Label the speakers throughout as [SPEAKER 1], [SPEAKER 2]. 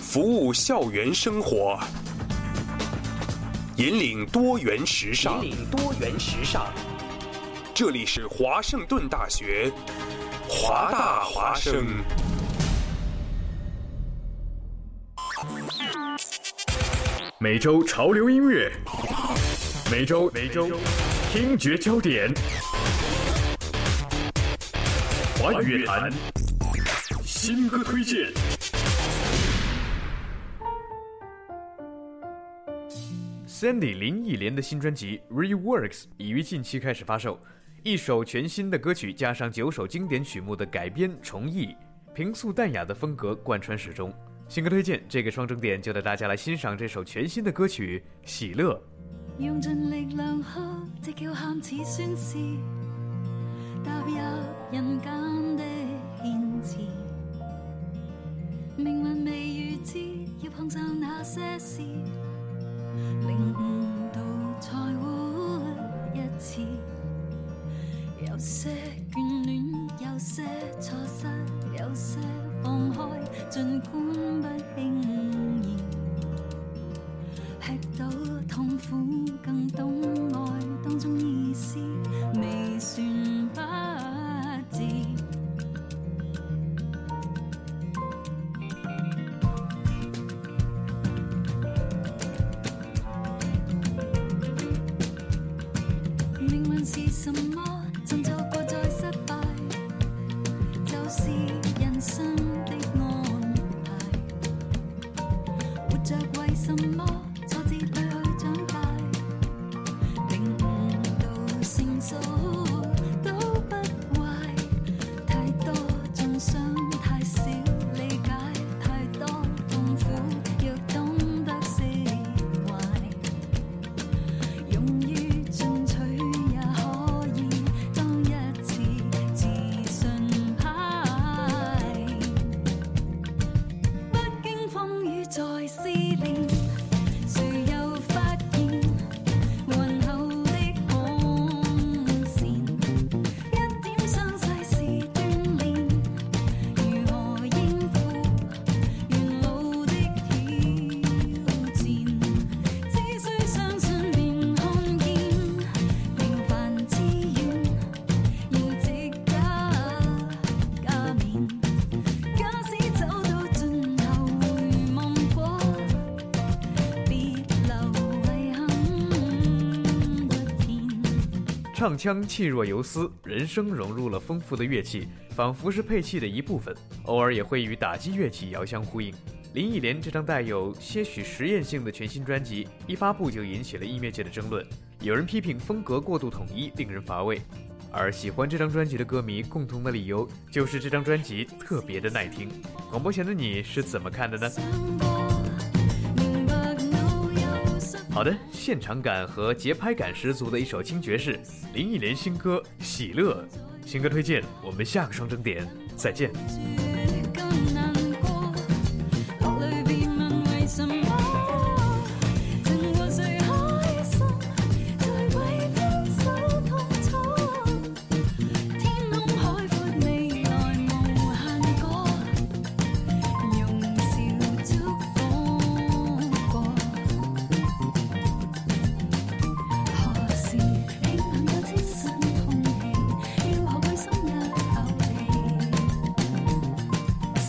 [SPEAKER 1] 服务校园生活，引领多元时尚。
[SPEAKER 2] 引领多元时尚。
[SPEAKER 1] 这里是华盛顿大学，华大华生。
[SPEAKER 3] 每周潮流音乐，每周每周听觉焦点，华语乐坛新歌推荐。Sandy 林忆莲的新专辑《Reworks》已于近期开始发售，一首全新的歌曲加上九首经典曲目的改编重译，平素淡雅的风格贯穿始终。新歌推荐，这个双整点就带大家来欣赏这首全新的歌曲《喜乐》。
[SPEAKER 4] 用盡力量哭，直叫喊似宣示，踏入人間的獻詞。命運未預知，要碰上那些事，領悟到才會一次。有些眷戀，有些錯失，有些放開，儘管不輕易。吃到痛苦，更懂愛當中意思，未算不智。命運是什麼？曾錯過再失敗，就是人生的安排。活着為什麼挫折裏去長大？領悟到成熟都不壞，太多盡想太少理解，太多痛苦若懂得釋懷，勇於進取也可以當一次自信派。不經風雨在思念，誰又發現雲後的紅線？一點傷勢是鍛鍊，如何應付沿路的挑戰？只需相信便看見，平凡之遠，要值得加冕。假使走到盡頭回望過，別留遺憾不見。
[SPEAKER 3] 唱腔气若游丝，人声融入了丰富的乐器，仿佛是配器的一部分，偶尔也会与打击乐器遥相呼应。林忆莲这张带有些许实验性的全新专辑，一发布就引起了音乐界的争论。有人批评风格过度统一，令人乏味，而喜欢这张专辑的歌迷共同的理由就是这张专辑特别的耐听。广播前的你是怎么看的呢？
[SPEAKER 4] 想過，明白我有失
[SPEAKER 3] 好的，现场感和节拍感十足的一首轻爵士，林忆莲新歌《喜乐》，新歌推荐，我们下个双整点再见。
[SPEAKER 4] 住更難過，落淚便問為什麼？曾和誰開心，才為分手痛楚。天空海闊，未來無限個，用笑祝福過。何時你能夠清新空氣？要學會深一口氣。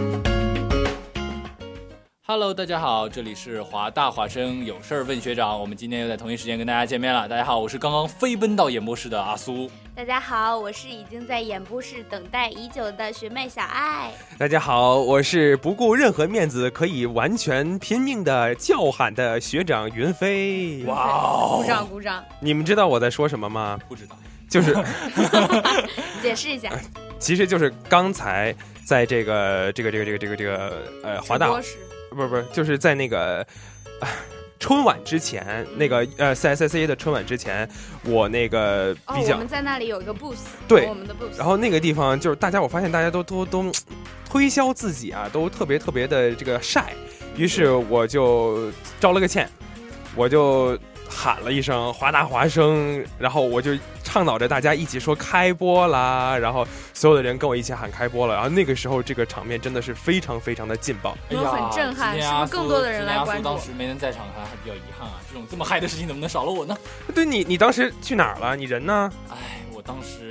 [SPEAKER 5] Hello，大家好，这里是华大华生，有事儿问学长。我们今天又在同一时间跟大家见面了。大家好，我是刚刚飞奔到演播室的阿苏。
[SPEAKER 6] 大家好，我是已经在演播室等待已久的学妹小爱。
[SPEAKER 7] 大家好，我是不顾任何面子可以完全拼命的叫喊的学长云飞。哇，哦
[SPEAKER 6] 鼓掌鼓掌，
[SPEAKER 7] 你们知道我在说什么吗？
[SPEAKER 5] 不知道，
[SPEAKER 7] 就是
[SPEAKER 6] 解释一下。
[SPEAKER 7] 哎其实就是刚才在这个这个这个这个这个这个呃华大
[SPEAKER 6] 直播室
[SPEAKER 7] 不是不是就是在那个、啊春晚之前那个呃 CSCA 的春晚之前，我那个
[SPEAKER 6] 哦
[SPEAKER 7] 比，较、
[SPEAKER 6] 我们在那里有一个 booth，
[SPEAKER 7] 对
[SPEAKER 6] 我们的 booth。
[SPEAKER 7] 然后那个地方就是大家，我发现大家都都都嗯推销自己啊，都特别特别的这个晒。于是我就招了个歉，我就喊了一声“华大华生”，然后我就倡导着大家一起说开播啦。然后所有的人跟我一起喊开播了。然后那个时候这个场面真的是非常非常的劲爆。
[SPEAKER 6] 有没有很震撼
[SPEAKER 5] 哎今天阿
[SPEAKER 6] 是
[SPEAKER 5] 苏
[SPEAKER 6] 不是更多的人来关注
[SPEAKER 5] 今天阿苏当时没能在场，还还比较遗憾啊。这种这么嗨的事情，能不能少了我呢？
[SPEAKER 7] 对你，你当时去哪儿了？你人呢？
[SPEAKER 5] 哎，我当时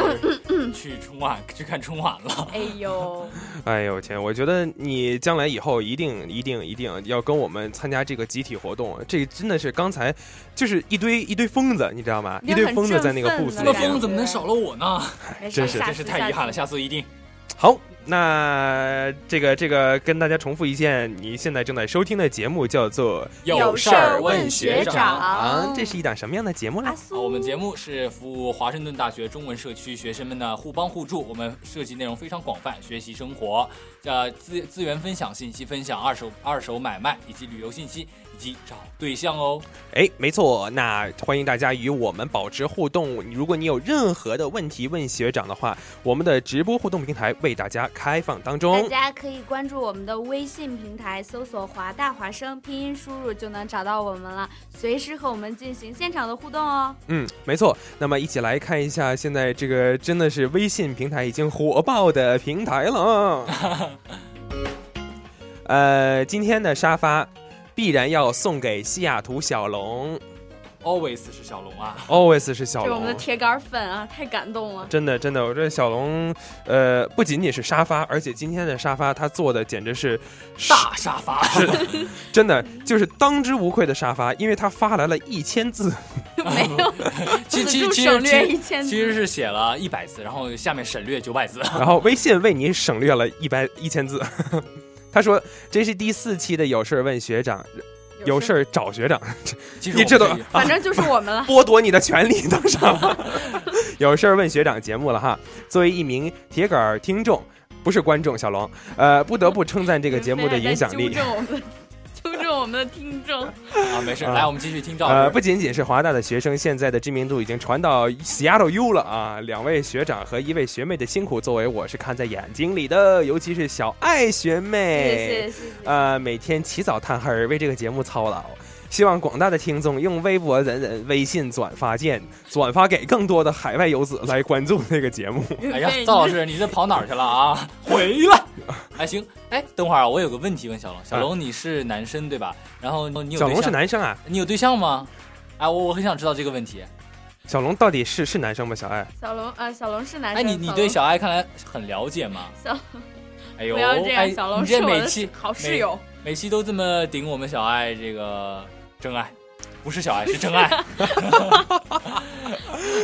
[SPEAKER 6] 嗯
[SPEAKER 5] 去春晚去看春晚了。
[SPEAKER 6] 哎 呦，
[SPEAKER 7] 哎呦我天！我觉得你将来以后一定一定一定要跟我们参加这个集体活动，这真的是刚才就是一堆一堆疯子，你知道吗？
[SPEAKER 6] 你
[SPEAKER 7] 一
[SPEAKER 6] 很
[SPEAKER 7] 堆疯子在那个
[SPEAKER 6] 振奋的
[SPEAKER 7] booth
[SPEAKER 5] 这
[SPEAKER 7] 里
[SPEAKER 5] 么
[SPEAKER 6] 感
[SPEAKER 7] 面。
[SPEAKER 6] 觉
[SPEAKER 5] 疯怎么能少了我呢？
[SPEAKER 6] 没事
[SPEAKER 7] 真是
[SPEAKER 6] 下
[SPEAKER 5] 真
[SPEAKER 6] 次
[SPEAKER 5] 是太遗憾了，下次一定。
[SPEAKER 7] 好，那这个这个跟大家重复一遍，你现在正在收听的节目叫做
[SPEAKER 6] 有
[SPEAKER 5] 事
[SPEAKER 6] 事
[SPEAKER 5] 儿
[SPEAKER 6] 儿
[SPEAKER 5] 问
[SPEAKER 6] 问
[SPEAKER 5] 学
[SPEAKER 6] 学
[SPEAKER 5] 长。
[SPEAKER 6] 长
[SPEAKER 7] 啊，这是一档什么样的节目呢
[SPEAKER 6] 阿？
[SPEAKER 5] 啊，
[SPEAKER 6] 苏，
[SPEAKER 5] 我们节目是服务华盛顿大学中文社区学生们的互帮互助，我们涉及内容非常广泛，学习生活，呃资资源分享、信息分享、二手二手买卖以及旅游信息以及找对象哦。
[SPEAKER 7] 哎，没错，那欢迎大家与我们保持互动。如果你有任何的问题问学长的话，我们的直播互动平台为大家开放当中
[SPEAKER 6] 大。家可以关注我们的微信平台，搜索“华大华生”，拼音输入就能找到我们了，随时和我们进行现场的互动哦。
[SPEAKER 7] 嗯，没错。那么一起来看一下，现在这个真的是微信平台已经火爆的平台了。呃，今天的沙发必然要送给西雅图小龙
[SPEAKER 5] Always 是小龙啊，
[SPEAKER 7] ，always 是小
[SPEAKER 6] 这是我们的
[SPEAKER 7] 龙。
[SPEAKER 6] 铁杆粉啊，太感动 了。
[SPEAKER 7] 真的，真的，我这小龙，呃，不仅仅是沙发，而且今天的沙发他做的简直是
[SPEAKER 5] 大沙 发。
[SPEAKER 7] 真的就是当之无愧的沙发，因为他发来了一千字，
[SPEAKER 5] 其
[SPEAKER 6] 此
[SPEAKER 5] 其
[SPEAKER 6] 处
[SPEAKER 5] 其
[SPEAKER 6] 省
[SPEAKER 5] 实
[SPEAKER 6] 略
[SPEAKER 5] 其
[SPEAKER 6] 一
[SPEAKER 5] 实
[SPEAKER 6] 千字
[SPEAKER 5] 其实是写了一百字，然后下面省略九 百字。
[SPEAKER 7] 然后微信为你省略了一百一千字。 他说这是第四期的有事儿问学长，有事
[SPEAKER 6] 儿，
[SPEAKER 7] 儿找学长，
[SPEAKER 5] 其实
[SPEAKER 7] 你
[SPEAKER 5] 我
[SPEAKER 7] 这
[SPEAKER 5] 们
[SPEAKER 7] 都
[SPEAKER 5] 可以
[SPEAKER 6] 反正就是我们了。
[SPEAKER 7] 剥夺你的权利，都上了。 有事儿问学长节目了哈。作为一名铁杆儿听众，不是观众，小龙，呃，不得不称赞 这个节目的影 响
[SPEAKER 6] 纠
[SPEAKER 7] 力。
[SPEAKER 6] 正我们的，纠正我们的听 众。
[SPEAKER 5] 啊，没事，
[SPEAKER 7] 啊
[SPEAKER 5] 来我们继续听赵
[SPEAKER 7] 呃，
[SPEAKER 5] 老
[SPEAKER 7] 不
[SPEAKER 5] 师。
[SPEAKER 7] 仅仅是华大的学生，现在的知名度已经传到 Seattle U 了啊！两位学长和一位学妹的辛苦作为，我是看在眼睛里的，尤其是小爱学妹。
[SPEAKER 6] 谢谢谢谢。
[SPEAKER 7] 呃，每天起早贪黑儿为这个节目操劳。希望广大的听众用微博、人人、微信转发键转发给更多的海外游子来关注这个节目。
[SPEAKER 5] 哎呀，赵老师，你这跑哪儿去了啊？回来。哎，行，哎，等会儿啊，我有个问题问小龙。小龙，你是男生对吧？然后 你有
[SPEAKER 7] 哎小
[SPEAKER 5] 对
[SPEAKER 7] 龙是
[SPEAKER 5] 象
[SPEAKER 7] 男生啊？
[SPEAKER 5] 你有对象吗？哎，我我很想知道这个问题。
[SPEAKER 6] 哎
[SPEAKER 7] 小龙到底是是男生吗？小爱，
[SPEAKER 6] 小龙啊，小龙是男
[SPEAKER 5] 哎，
[SPEAKER 6] 生。
[SPEAKER 5] 你你
[SPEAKER 6] 小龙
[SPEAKER 5] 对小爱看来很了解嘛？
[SPEAKER 6] 小
[SPEAKER 5] 哎呦，
[SPEAKER 6] 不要这样，
[SPEAKER 5] 哎
[SPEAKER 6] 小龙
[SPEAKER 5] 你
[SPEAKER 6] 是
[SPEAKER 5] 这
[SPEAKER 6] 我
[SPEAKER 5] 每
[SPEAKER 6] 的
[SPEAKER 5] 期
[SPEAKER 6] 好室友。
[SPEAKER 5] 每期都这么顶我们小爱这个真爱，不是小爱是 真爱。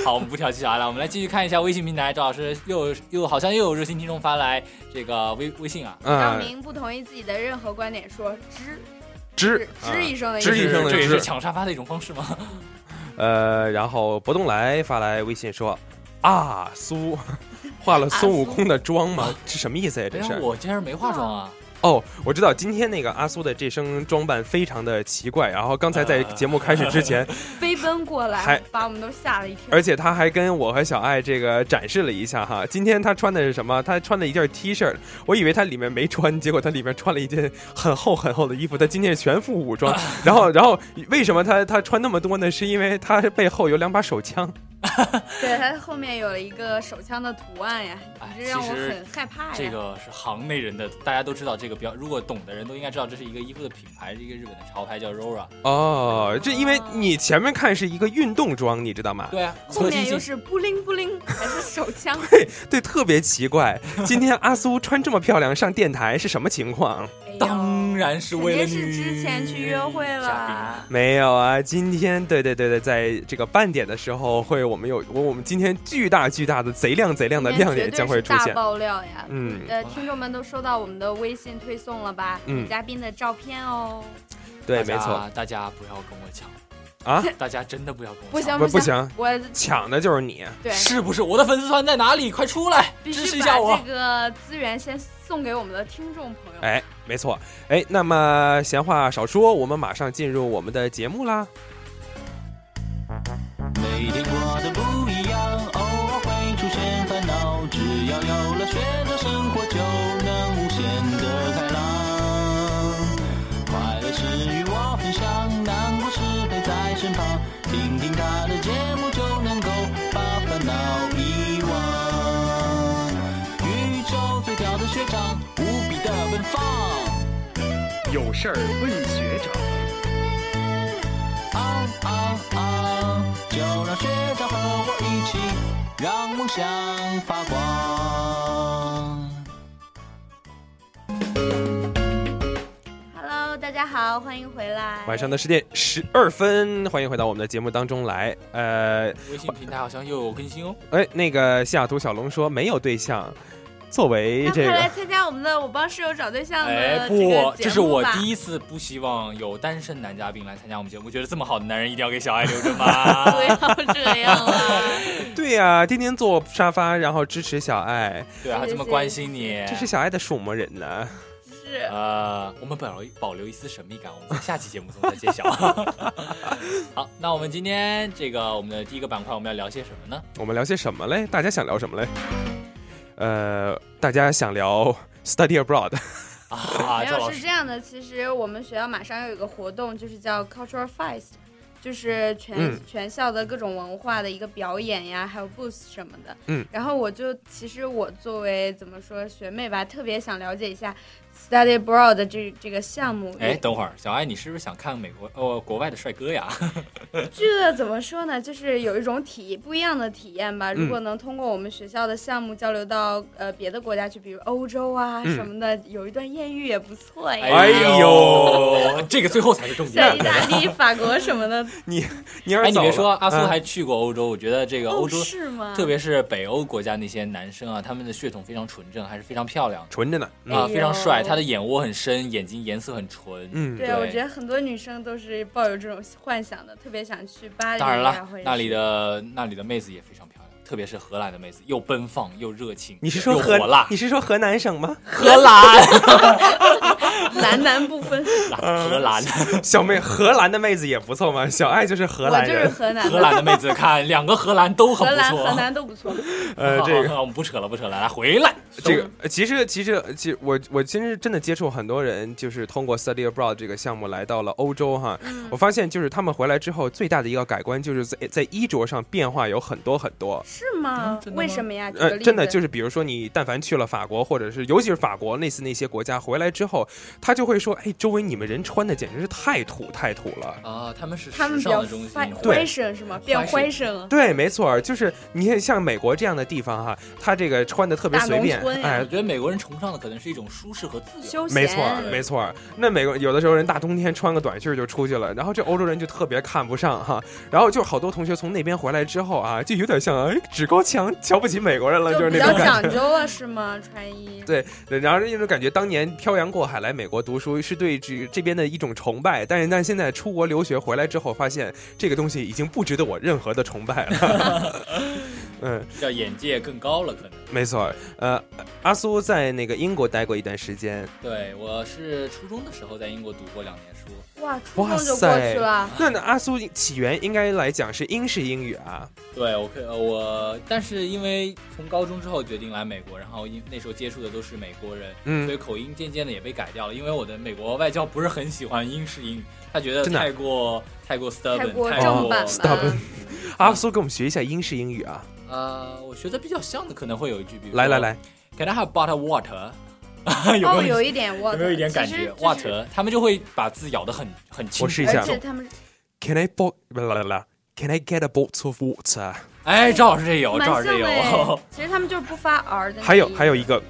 [SPEAKER 5] 好，我们不挑剔小爱了，我们来继续看一下微信平台，赵老师又又好像又有热心听众发来这个微微信啊，
[SPEAKER 6] 赵
[SPEAKER 7] 嗯，
[SPEAKER 6] 明不同意自己的任何观点，说吱
[SPEAKER 7] 知
[SPEAKER 6] 吱一声的意
[SPEAKER 7] 吱
[SPEAKER 6] 思
[SPEAKER 7] 一。
[SPEAKER 5] 这
[SPEAKER 7] 声
[SPEAKER 5] 是
[SPEAKER 7] 的
[SPEAKER 5] 这也
[SPEAKER 7] 知
[SPEAKER 5] 是抢沙发的一种方式吗？
[SPEAKER 7] 呃，然后博东来发来微信说：“啊，苏，化了孙悟空的妆吗？这什么意思呀、
[SPEAKER 5] 哎
[SPEAKER 7] 这
[SPEAKER 5] 呀
[SPEAKER 7] 是？
[SPEAKER 5] 我今儿没化妆啊，
[SPEAKER 7] 哦，我知道今天那个阿苏的这身装扮非常的奇怪，然后刚才
[SPEAKER 5] 啊
[SPEAKER 7] 在节目开始之前，
[SPEAKER 6] 飞奔过来
[SPEAKER 7] 还，
[SPEAKER 6] 把我们都吓了一跳。
[SPEAKER 7] 而且他还跟我和小爱这个展示了一下哈，今天他穿的是什么？他穿了一件 T 恤，我以为他里面没穿，结果他里面穿了一件很厚很厚的衣服。他今天是全副武装，然后然后为什么他他穿那么多呢？是因为他背后有两把手枪。
[SPEAKER 6] 对，它后面有了一个手枪的图案呀，
[SPEAKER 5] 哎
[SPEAKER 6] 你这让我
[SPEAKER 5] 其实
[SPEAKER 6] 很害怕呀。
[SPEAKER 5] 这个是行内人的，大家都知道这个标，如果懂的人都应该知道，这是一个衣服的品牌，是一个日本的潮牌叫 Rora。
[SPEAKER 7] 哦，这因为你前面看是一个运动装，你知道吗？
[SPEAKER 5] 对啊，
[SPEAKER 6] 后
[SPEAKER 5] 侧击
[SPEAKER 6] 面又
[SPEAKER 5] 性
[SPEAKER 6] 是布灵布灵，还是手枪。
[SPEAKER 7] 对，特别奇怪。今天阿苏穿这么漂亮上电台是什么情况？
[SPEAKER 6] 哎呦
[SPEAKER 5] 当然是为了
[SPEAKER 6] 肯定是
[SPEAKER 5] 女
[SPEAKER 6] 之前去约会了
[SPEAKER 5] 嘉宾
[SPEAKER 7] 没有啊，今天对对对对，在这个半点的时候会我们有我我们今天巨大巨大的贼亮贼亮的亮点将会出
[SPEAKER 6] 今天绝对是大
[SPEAKER 7] 现。
[SPEAKER 6] 爆料呀！
[SPEAKER 7] 嗯
[SPEAKER 6] 呃，听众们都收到我们的微信推送了吧？
[SPEAKER 7] 嗯
[SPEAKER 6] 女嘉宾的照片哦。
[SPEAKER 7] 对，
[SPEAKER 5] 大
[SPEAKER 7] 没
[SPEAKER 5] 家
[SPEAKER 7] 错，
[SPEAKER 5] 大家不要跟我抢
[SPEAKER 7] 啊！
[SPEAKER 5] 大家真的不要跟
[SPEAKER 6] 不
[SPEAKER 5] 我
[SPEAKER 6] 行
[SPEAKER 5] 抢，
[SPEAKER 7] 不
[SPEAKER 6] 行，
[SPEAKER 7] 行，
[SPEAKER 6] 我
[SPEAKER 7] 抢的就是你。
[SPEAKER 6] 对
[SPEAKER 5] 是不是？我的粉丝团在哪里？快出来
[SPEAKER 6] 必
[SPEAKER 5] 支持
[SPEAKER 6] 须
[SPEAKER 5] 一下
[SPEAKER 6] 把
[SPEAKER 5] 我
[SPEAKER 6] 这！个资源先送给我们的听众朋友。
[SPEAKER 7] 哎，没错。哎，那么闲话少说，我们马上进入我们的节目啦。
[SPEAKER 8] 每天过得不一样，偶尔会出现烦恼，只要有了学着生活，就能无限的开朗。快乐是与我分享，难过是陪在身旁，听听他的节目就能够把烦恼遗忘。宇宙最屌的学长，无比的奔放，
[SPEAKER 1] 有事儿问学长，
[SPEAKER 8] 啊啊啊！就让学长和我一起，让梦想发光。
[SPEAKER 6] Hello，大家好，欢迎回来。
[SPEAKER 7] 晚上的十点十二分，欢迎回到我们的节目当中来。呃，
[SPEAKER 5] 微信平台好像又有更新哦。
[SPEAKER 7] 哎，那个西雅图小龙说没有对象，作为
[SPEAKER 6] 那
[SPEAKER 7] 这
[SPEAKER 6] 快来
[SPEAKER 7] 个
[SPEAKER 6] 参加我们的“我帮室友找对象”
[SPEAKER 5] 哎
[SPEAKER 6] 的
[SPEAKER 5] 不，
[SPEAKER 6] 呃这
[SPEAKER 5] 这是我第
[SPEAKER 6] 一。
[SPEAKER 5] 一次不希望有单身男嘉宾来参加我们节目，觉得这么好的男人一定要给小爱留 着
[SPEAKER 6] 不
[SPEAKER 5] 吗？
[SPEAKER 6] 要这样 了，
[SPEAKER 7] 对呀、天天坐沙发，然后支持小爱，
[SPEAKER 5] 对啊，他这么关心你，
[SPEAKER 7] 这是小爱的什么人呢、
[SPEAKER 6] 是
[SPEAKER 5] 呃，我们保留保留一丝神秘感，我们在下期节目中再 揭晓。好，那我们今天这个我们的第一个板块，我们要聊些什么呢？
[SPEAKER 7] 我们聊些什么嘞？大家想聊什么嘞？呃，大家想聊 study abroad，
[SPEAKER 5] 啊，
[SPEAKER 6] 没
[SPEAKER 5] 赵
[SPEAKER 6] 有
[SPEAKER 5] 老
[SPEAKER 6] 是
[SPEAKER 5] 师，
[SPEAKER 6] 这样的，其实我们学校马上有一个活动，就是叫 Cultural Fest，就是全、
[SPEAKER 7] 嗯
[SPEAKER 6] 全校的各种文化的一个表演呀，还有 booth 什么的。
[SPEAKER 7] 嗯，
[SPEAKER 6] 然后我就其实我作为怎么说学妹吧，特别想了解一下 Study Abroad 的这这个项目。
[SPEAKER 5] 哎，等会儿，小爱，你是不是想看美国呃国外的帅 哥呀？
[SPEAKER 6] 这怎么说呢？就是有一种体不一样的体验吧。
[SPEAKER 5] 嗯
[SPEAKER 6] 如果能通过我们学校的项目交流到呃别的国家去，比如欧洲啊
[SPEAKER 7] 嗯
[SPEAKER 6] 什么的，有一段艳遇也不错呀。
[SPEAKER 7] 哎呦，
[SPEAKER 5] 这个最后才是重
[SPEAKER 6] 像
[SPEAKER 5] 点
[SPEAKER 6] 意。大利、法国什 么的，
[SPEAKER 7] 你要是
[SPEAKER 5] 哎，你
[SPEAKER 7] 走了、
[SPEAKER 5] 别说，阿苏
[SPEAKER 7] 嗯
[SPEAKER 5] 还去过欧洲，我觉得这个欧洲
[SPEAKER 6] 哦、是吗？
[SPEAKER 5] 特别是北欧国家那些男生啊，他们的血统非常纯正，还是非常漂亮
[SPEAKER 7] 纯着呢。嗯
[SPEAKER 5] 的啊，
[SPEAKER 6] 哎呦
[SPEAKER 5] 非常帅。他的眼窝很深，眼睛颜色很纯。
[SPEAKER 7] 嗯，
[SPEAKER 6] 对，啊
[SPEAKER 5] 对
[SPEAKER 6] 我觉得很多女生都是抱有这种幻想的，特别想去巴黎、啊、
[SPEAKER 5] 当然了
[SPEAKER 6] 或者，是
[SPEAKER 5] 那里的那里的妹子也非常漂亮，特别是荷兰的妹子，又奔放又热情，
[SPEAKER 7] 你是说
[SPEAKER 5] 又
[SPEAKER 7] 河
[SPEAKER 5] 火辣
[SPEAKER 7] 你？是说河南省吗？
[SPEAKER 5] 荷兰，
[SPEAKER 6] 男男不分，
[SPEAKER 5] 荷 兰，
[SPEAKER 7] 小妹，荷兰的妹子也不错嘛。小爱就是荷
[SPEAKER 6] 我
[SPEAKER 7] 兰
[SPEAKER 6] 就是
[SPEAKER 7] 人，
[SPEAKER 6] 河南
[SPEAKER 5] 荷
[SPEAKER 6] 的，
[SPEAKER 5] 兰的妹子，看两个荷兰都很
[SPEAKER 6] 荷
[SPEAKER 5] 不
[SPEAKER 6] 兰、
[SPEAKER 5] 错。
[SPEAKER 6] 河南都不错。
[SPEAKER 7] 呃，
[SPEAKER 5] 好
[SPEAKER 7] 这
[SPEAKER 5] 好
[SPEAKER 7] 个。
[SPEAKER 5] 好 我们不扯了，不扯了，来回 来。
[SPEAKER 7] 这个呃其实其实其实我我其实真的接触很多人，就是通过 study abroad 这个项目来到了欧洲哈。
[SPEAKER 6] 嗯
[SPEAKER 7] 我发现就是他们回来之后最大的一个改观，就是在在衣着上变化有很多很多。
[SPEAKER 6] 是吗？
[SPEAKER 5] 嗯真的吗
[SPEAKER 6] 为什么呀？举个
[SPEAKER 7] 呃，
[SPEAKER 6] 例
[SPEAKER 7] 真的
[SPEAKER 6] 子
[SPEAKER 7] 就是，比如说你但凡去了法国，或者是尤其是法国类似那些国家，回来之后，他就会说：“哎，周围你们人穿的简直是太土太土了。
[SPEAKER 5] 啊，他们是
[SPEAKER 6] 他们
[SPEAKER 5] 时
[SPEAKER 6] 比
[SPEAKER 5] 尚
[SPEAKER 6] 较
[SPEAKER 5] 的中心
[SPEAKER 6] 坏，
[SPEAKER 7] 对
[SPEAKER 6] 坏声是吗？变
[SPEAKER 5] 坏
[SPEAKER 6] 坏声了”。
[SPEAKER 7] 对，没错儿，就是你看像美国这样的地方哈，他这个穿的特别
[SPEAKER 6] 大
[SPEAKER 7] 随
[SPEAKER 6] 农
[SPEAKER 7] 便，
[SPEAKER 6] 村呀
[SPEAKER 7] 哎
[SPEAKER 5] 我，觉得美国人崇尚的可能是一种舒适和自由。
[SPEAKER 6] 休闲，
[SPEAKER 7] 没错儿，没错儿。那美国有的时候人大冬天穿个短袖就出去了，然后这欧洲人就特别看不上哈、然后就好多同学从那边回来之后啊，就有点像哎趾高墙瞧不起美国人了，就是
[SPEAKER 6] 就比
[SPEAKER 7] 那
[SPEAKER 6] 较
[SPEAKER 7] 种感觉。
[SPEAKER 6] 讲究了是吗？穿衣
[SPEAKER 7] 对对，然后那种感觉，当年漂洋过海来美国读书是对这这边的一种崇拜，但是但现在出国留学回来之后，发现这个东西已经不值得我任何的崇拜了。 嗯，
[SPEAKER 5] 叫眼界更高了，可能。
[SPEAKER 7] 没错，呃，阿苏在那个英国待过一段时间，
[SPEAKER 5] 对，我是初中的时候在英国读过两年书，
[SPEAKER 6] 哇，初中就过去了。
[SPEAKER 7] 那那阿苏起源应该来讲是英式英语啊，
[SPEAKER 5] 对我可呃我，但是因为从高中之后决定来美国，然后因那时候接触的都是美国人，
[SPEAKER 7] 嗯
[SPEAKER 5] 所以口音渐渐的也被改掉了。因为我的美国外教不是很喜欢英式英语，他觉得
[SPEAKER 7] 真的啊
[SPEAKER 5] 太过太过 stubborn，
[SPEAKER 6] 太过
[SPEAKER 5] 过
[SPEAKER 6] 正版哦
[SPEAKER 7] stubborn 阿苏给我们学一下英式英语啊，
[SPEAKER 5] 呃，我学的比较像的可能会有一句，比如说
[SPEAKER 7] 来来来，
[SPEAKER 5] ，Can I have butter water？有
[SPEAKER 6] 哦，
[SPEAKER 5] 没有
[SPEAKER 6] 有一点我
[SPEAKER 5] 有没有一点感觉？water，他们就会把字咬得很很清楚。
[SPEAKER 7] 我试一
[SPEAKER 6] 而
[SPEAKER 7] 下
[SPEAKER 6] 且他们
[SPEAKER 7] Can I bo 不啦啦啦，Can I get a bottle of water？
[SPEAKER 5] 哎，赵老师这有，
[SPEAKER 6] 蛮
[SPEAKER 5] 赵老
[SPEAKER 6] 像
[SPEAKER 5] 师这哦
[SPEAKER 6] 的
[SPEAKER 5] 有
[SPEAKER 6] 哎。，其实他们就是不发 r 的那个音。
[SPEAKER 7] 还有还有一个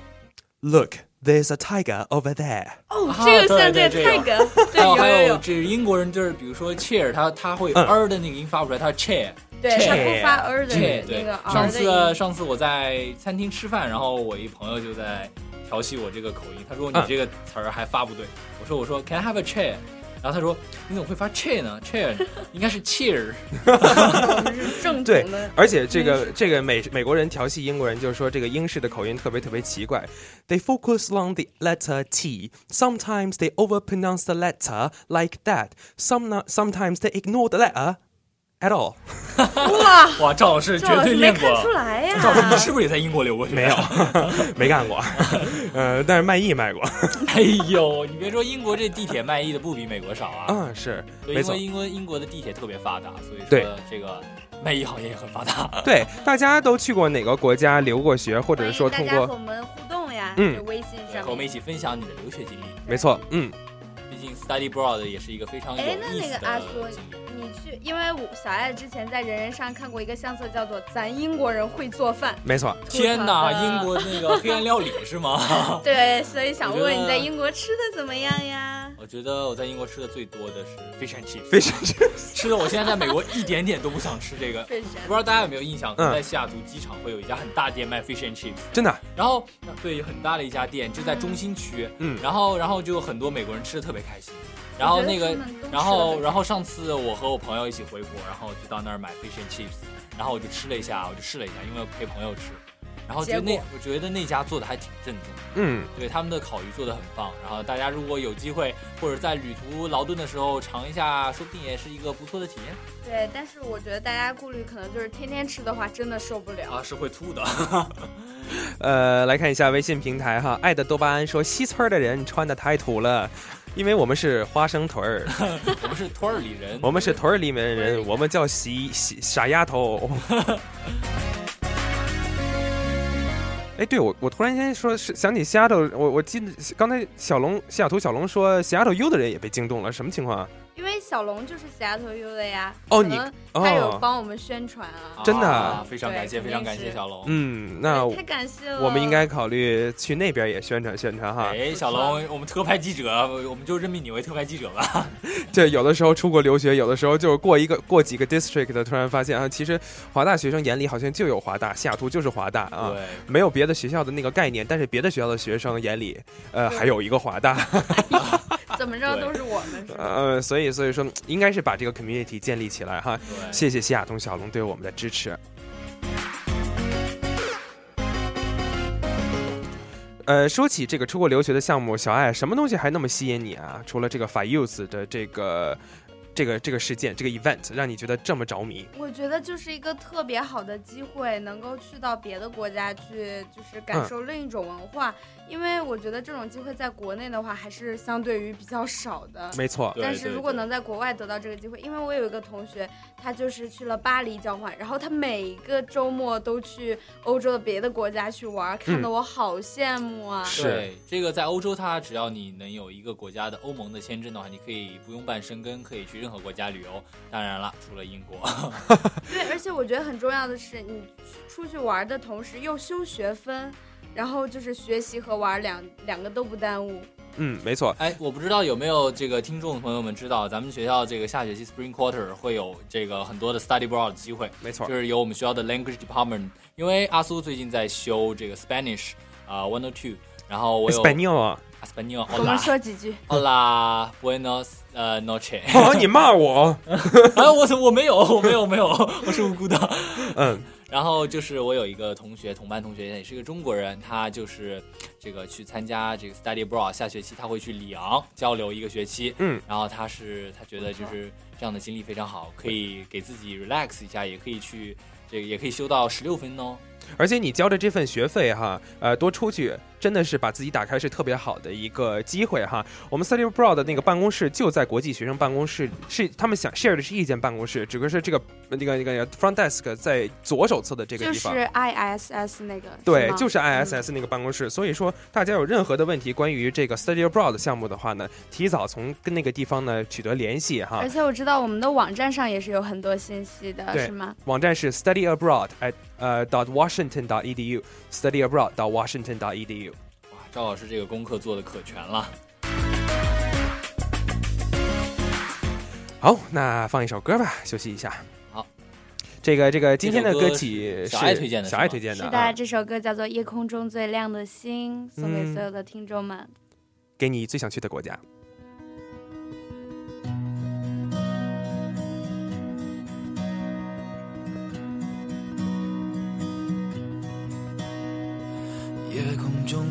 [SPEAKER 7] ，Look。There's a tiger over there。
[SPEAKER 6] 哦
[SPEAKER 5] 啊，
[SPEAKER 6] 这个
[SPEAKER 5] 对
[SPEAKER 6] 像这个
[SPEAKER 5] 对对
[SPEAKER 6] 太梗， 对，
[SPEAKER 5] 还有
[SPEAKER 6] 有
[SPEAKER 5] 还
[SPEAKER 6] 有
[SPEAKER 5] 有，
[SPEAKER 6] 有，
[SPEAKER 5] 这英国人就是，比如说 cheer，他他会
[SPEAKER 7] 嗯
[SPEAKER 5] r 的那个音发不出来，他是 cheer
[SPEAKER 6] 对，他不发 r 的
[SPEAKER 5] cheer。
[SPEAKER 6] 那
[SPEAKER 5] 对
[SPEAKER 6] 个，r
[SPEAKER 5] 上
[SPEAKER 6] 的音
[SPEAKER 5] 次。啊上次我在餐厅吃饭，然后我一朋友就在调戏我这个口音，他说你
[SPEAKER 7] 嗯
[SPEAKER 5] 这个词儿还发不对。我说我说 Can I have a cheer？然后他说你怎么会发 cheer 呢？cheer 应该是 cheer。
[SPEAKER 6] 正
[SPEAKER 7] 对
[SPEAKER 6] 统 的，
[SPEAKER 7] 而且这
[SPEAKER 6] 嗯
[SPEAKER 7] 个这个美美国人调戏英国人，就是说这个英式的口音特别特别奇怪。They focus on the letter T. Sometimes they overpronounce the letter like that. Some not, sometimes they ignore the letter at all.
[SPEAKER 6] 哇，
[SPEAKER 5] 哇，赵老师绝
[SPEAKER 6] 赵老
[SPEAKER 5] 对
[SPEAKER 6] 师没
[SPEAKER 5] 练
[SPEAKER 6] 看出
[SPEAKER 5] 过。
[SPEAKER 6] 来呀，
[SPEAKER 5] 赵老师，你是不是也在英国留过学？
[SPEAKER 7] 没有， 没干过。 呃，但是卖艺卖过。
[SPEAKER 5] 哎呦，你别说英国这地铁卖艺的不比美国少啊。
[SPEAKER 7] 嗯，是
[SPEAKER 5] 对，
[SPEAKER 7] 没
[SPEAKER 5] 因
[SPEAKER 7] 错
[SPEAKER 5] 为。英国英国的地铁特别发达，所以
[SPEAKER 7] 对
[SPEAKER 5] 说这个卖艺行业也很发达。
[SPEAKER 7] 对，大家都去过哪个国家留过学，或
[SPEAKER 6] 或
[SPEAKER 7] 者说
[SPEAKER 6] 大
[SPEAKER 7] 通
[SPEAKER 6] 家和
[SPEAKER 7] 过
[SPEAKER 6] 我们互动呀，
[SPEAKER 7] 嗯
[SPEAKER 6] 这微信
[SPEAKER 5] 对
[SPEAKER 6] 上
[SPEAKER 5] 和我们
[SPEAKER 6] 面。
[SPEAKER 5] 一起分享你的留学经历。
[SPEAKER 7] 没错，嗯，
[SPEAKER 5] 毕竟 study abroad 也是一个非常有
[SPEAKER 6] 哎那
[SPEAKER 5] 意
[SPEAKER 6] 那
[SPEAKER 5] 思
[SPEAKER 6] 个阿
[SPEAKER 5] 的
[SPEAKER 6] 苏
[SPEAKER 5] 经历。
[SPEAKER 6] 你去，因为我小爱之前在人人上看过一个相册，叫做“咱英国人会做饭
[SPEAKER 7] 没错。”。
[SPEAKER 5] 天哪，
[SPEAKER 6] 吐槽的
[SPEAKER 5] 英国那个黑暗料理是吗？
[SPEAKER 6] 对，所以想问
[SPEAKER 5] 我
[SPEAKER 6] 问
[SPEAKER 5] 觉得
[SPEAKER 6] 你在英国吃的怎么样呀？
[SPEAKER 5] 我觉得我在英国吃的最多的是 fish and chips，
[SPEAKER 7] 非常之
[SPEAKER 5] 吃的我现在在美国一点点都不想吃这个。
[SPEAKER 6] 非常
[SPEAKER 5] 不知道大家有没有印象，
[SPEAKER 7] 嗯
[SPEAKER 5] 在西雅图机场会有一家很大店卖 fish and chips，
[SPEAKER 7] 真的，
[SPEAKER 5] 然后对很大的一家店就在中心区，
[SPEAKER 7] 嗯
[SPEAKER 5] 然后然后就有很多美国人吃的特别开心，然后那个，然后然后上次我和我朋友一起回国，然后就到那儿买 fish and chips，然后我就吃了一下，我就试了一下，因为我陪朋友吃，然后觉得那
[SPEAKER 6] 结果
[SPEAKER 5] 我觉得那家做的还挺正宗的，
[SPEAKER 7] 嗯，
[SPEAKER 5] 对他们的烤鱼做的很棒，然后大家如果有机会或者在旅途劳顿的时候尝一下，说不定也是一个不错的体验
[SPEAKER 6] 对，但是我觉得大家顾虑可能就是天天吃的话，真的受不了。
[SPEAKER 5] 啊，是会吐的。
[SPEAKER 7] 呃，来看一下微信平台哈，爱的多巴胺说西村儿的人穿的太土了。因为我们是花生屯儿，
[SPEAKER 5] 我们是土耳其人，
[SPEAKER 7] 我们是屯儿里面的人，我们叫喜喜傻丫头。哎，对我，我突然间说是想起西雅图，我我记得刚才小龙西雅图小龙说西雅图 U 的人也被惊动了，什么情况啊？
[SPEAKER 6] 因为小龙就是西雅图 U 的呀，
[SPEAKER 7] 哦
[SPEAKER 6] 可
[SPEAKER 7] 你
[SPEAKER 6] 能他有
[SPEAKER 7] 哦，
[SPEAKER 6] 帮我们宣传啊。
[SPEAKER 7] 真的
[SPEAKER 5] 啊非常
[SPEAKER 6] 对
[SPEAKER 5] 感谢，非
[SPEAKER 6] 肯定
[SPEAKER 5] 常感谢
[SPEAKER 6] 是
[SPEAKER 5] 小龙。
[SPEAKER 7] 嗯，
[SPEAKER 6] 对
[SPEAKER 7] 那
[SPEAKER 6] 太感谢了。
[SPEAKER 7] 我们应该考虑去那边也宣传宣传哈。
[SPEAKER 5] 哎，小龙，我们特派记者，我们就任命你为特派记者吧。
[SPEAKER 7] 这有的时候出国留学，有的时候就是过一个过几个 district，突然发现啊，其实华大学生眼里好像就有华大，西雅图就是华大啊，
[SPEAKER 5] 对，
[SPEAKER 7] 没有别的学校的那个概念，但是别的学校的学生眼里，呃，还有一个华大，
[SPEAKER 6] 怎么着都是我们是吧？
[SPEAKER 7] 呃，所以所以说嗯应该是把这个 community 建立起来哈。
[SPEAKER 5] 对
[SPEAKER 7] 谢谢西雅图小龙对我们的支持。呃，说起这个出国留学的项目，小艾，什么东西还那么吸引你啊？除了这个法 use 的这个这个这个事件，这个 event 让你觉得这么着迷？
[SPEAKER 6] 我觉得就是一个特别好的机会，能够去到别的国家去，就是
[SPEAKER 5] 嗯
[SPEAKER 6] 感受另一种文化。因为我觉得这种机会在国内的话，还是相对于比较少的。
[SPEAKER 7] 没错，
[SPEAKER 5] 对
[SPEAKER 6] 但是
[SPEAKER 5] 对
[SPEAKER 6] 如果
[SPEAKER 5] 对
[SPEAKER 6] 能在国外得到这个机会，因为我有一个同学，他就是去了巴黎交换，然后他每一个周末都去欧洲的别的国家去
[SPEAKER 5] 嗯
[SPEAKER 6] 玩，看得我好羡慕啊！
[SPEAKER 7] 是
[SPEAKER 5] 对这个在欧洲，它只要你能有一个国家的欧盟的签证的话，你可以不用办申根，可以去任何国家旅游。当然了，除了英国，
[SPEAKER 6] 对，而且我觉得很重要的是，你出去玩的同时又修学分，然后就是学习和玩两两个都不耽误。
[SPEAKER 7] 嗯，没错，
[SPEAKER 5] 哎，我不知道有没有这个听众朋友们知道，咱们学校这个下学期 spring quarter 会有这个很多的 study abroad 的机会。
[SPEAKER 7] 没错
[SPEAKER 5] 就，是由我们学校的 language department，因为阿苏最近在修这个 Spanish 啊、1 one or two，然后我有
[SPEAKER 7] Espanol 啊
[SPEAKER 5] 阿斯班尼奥，
[SPEAKER 6] 我们说几句。
[SPEAKER 5] 好啦，Buenos 呃 noche。
[SPEAKER 7] 哦，你骂我？
[SPEAKER 5] 啊，我我没有，我没有，没有，我是无辜的。
[SPEAKER 7] 嗯，
[SPEAKER 5] 然后就是我有一个同学，同班同学也是个中国人，他就是这个去参加这个 study abroad，下学期他会去里昂交流一个学期。
[SPEAKER 7] 嗯，
[SPEAKER 5] 然后他是他觉得就是这样的经历非常好，可以给自己 relax 一下，也可以去这个也可以修到十六分哦。
[SPEAKER 7] 而且你交的这份学费哈，呃，多出去真的是把自己打开是特别好的一个机会哈。我们 Study Abroad 的那个办公室就在国际学生办公室，是他们想 share 的是一间办公室，只不过是这个那个那个 front desk 在左手侧的这个
[SPEAKER 6] 就
[SPEAKER 7] 地
[SPEAKER 6] 是
[SPEAKER 7] 方。
[SPEAKER 6] ISS 那个，
[SPEAKER 7] 对，
[SPEAKER 6] 吗嗯
[SPEAKER 7] 就是啊 ISS 那个办公室，所以说大家有任何的问题关于这个 Study Abroad 的项目的话呢，提早从跟那个地方呢取得联系哈
[SPEAKER 6] 而。且我知道我们的网站上也是有很多信息的，
[SPEAKER 7] 对
[SPEAKER 6] 是吗？
[SPEAKER 7] 网站是 study abroad at 呃 dot washington dot edu study abroad dot washington dot E edu。
[SPEAKER 5] 哇，赵老师这个功课做的可全了。
[SPEAKER 7] 好，那放一首歌吧，休息一下。
[SPEAKER 5] 好，
[SPEAKER 7] 这个这个今天的
[SPEAKER 5] 这首歌
[SPEAKER 7] 曲是
[SPEAKER 5] 是小爱推荐的是
[SPEAKER 7] 小
[SPEAKER 5] 吗
[SPEAKER 7] 爱推荐
[SPEAKER 6] 是
[SPEAKER 7] 的，
[SPEAKER 6] 的，
[SPEAKER 7] 啊，
[SPEAKER 6] 这首歌叫做《夜空中最亮的星》，送给所有的听众们。
[SPEAKER 7] 给你最想去的国家。
[SPEAKER 9] 夜空中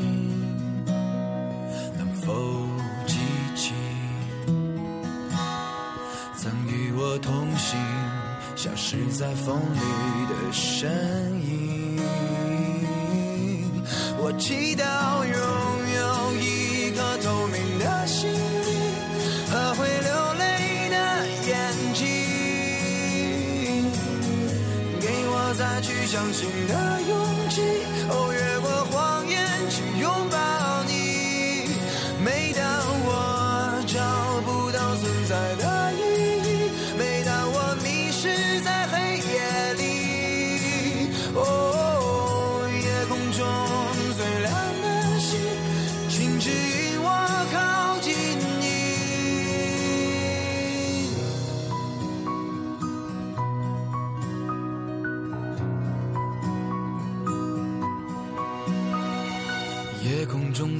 [SPEAKER 9] 能否记起曾与我同行？消失在风里的身影。我祈祷拥有一颗透明的心灵和会流泪的眼睛，给我再去相信的勇气。哦，越过谎言去拥抱你。每当我找不到存在的意义，每当我迷失在黑夜里，哦，夜空中最亮的星，请指引我靠近你。夜空中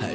[SPEAKER 9] 还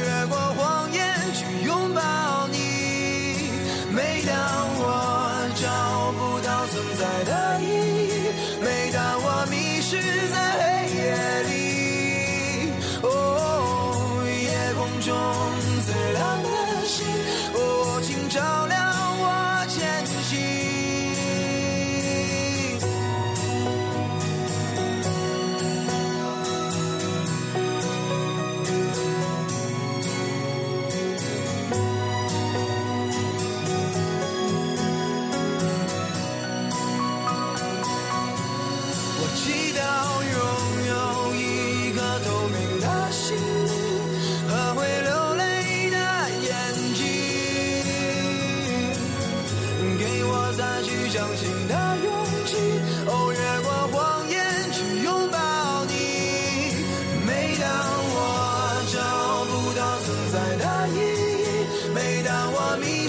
[SPEAKER 9] 越过谎言去拥抱你。每当我找不到存在的意义，每当我迷失在黑夜里，哦，夜空中最亮的星，哦，请照亮我前行。
[SPEAKER 5] 哦哦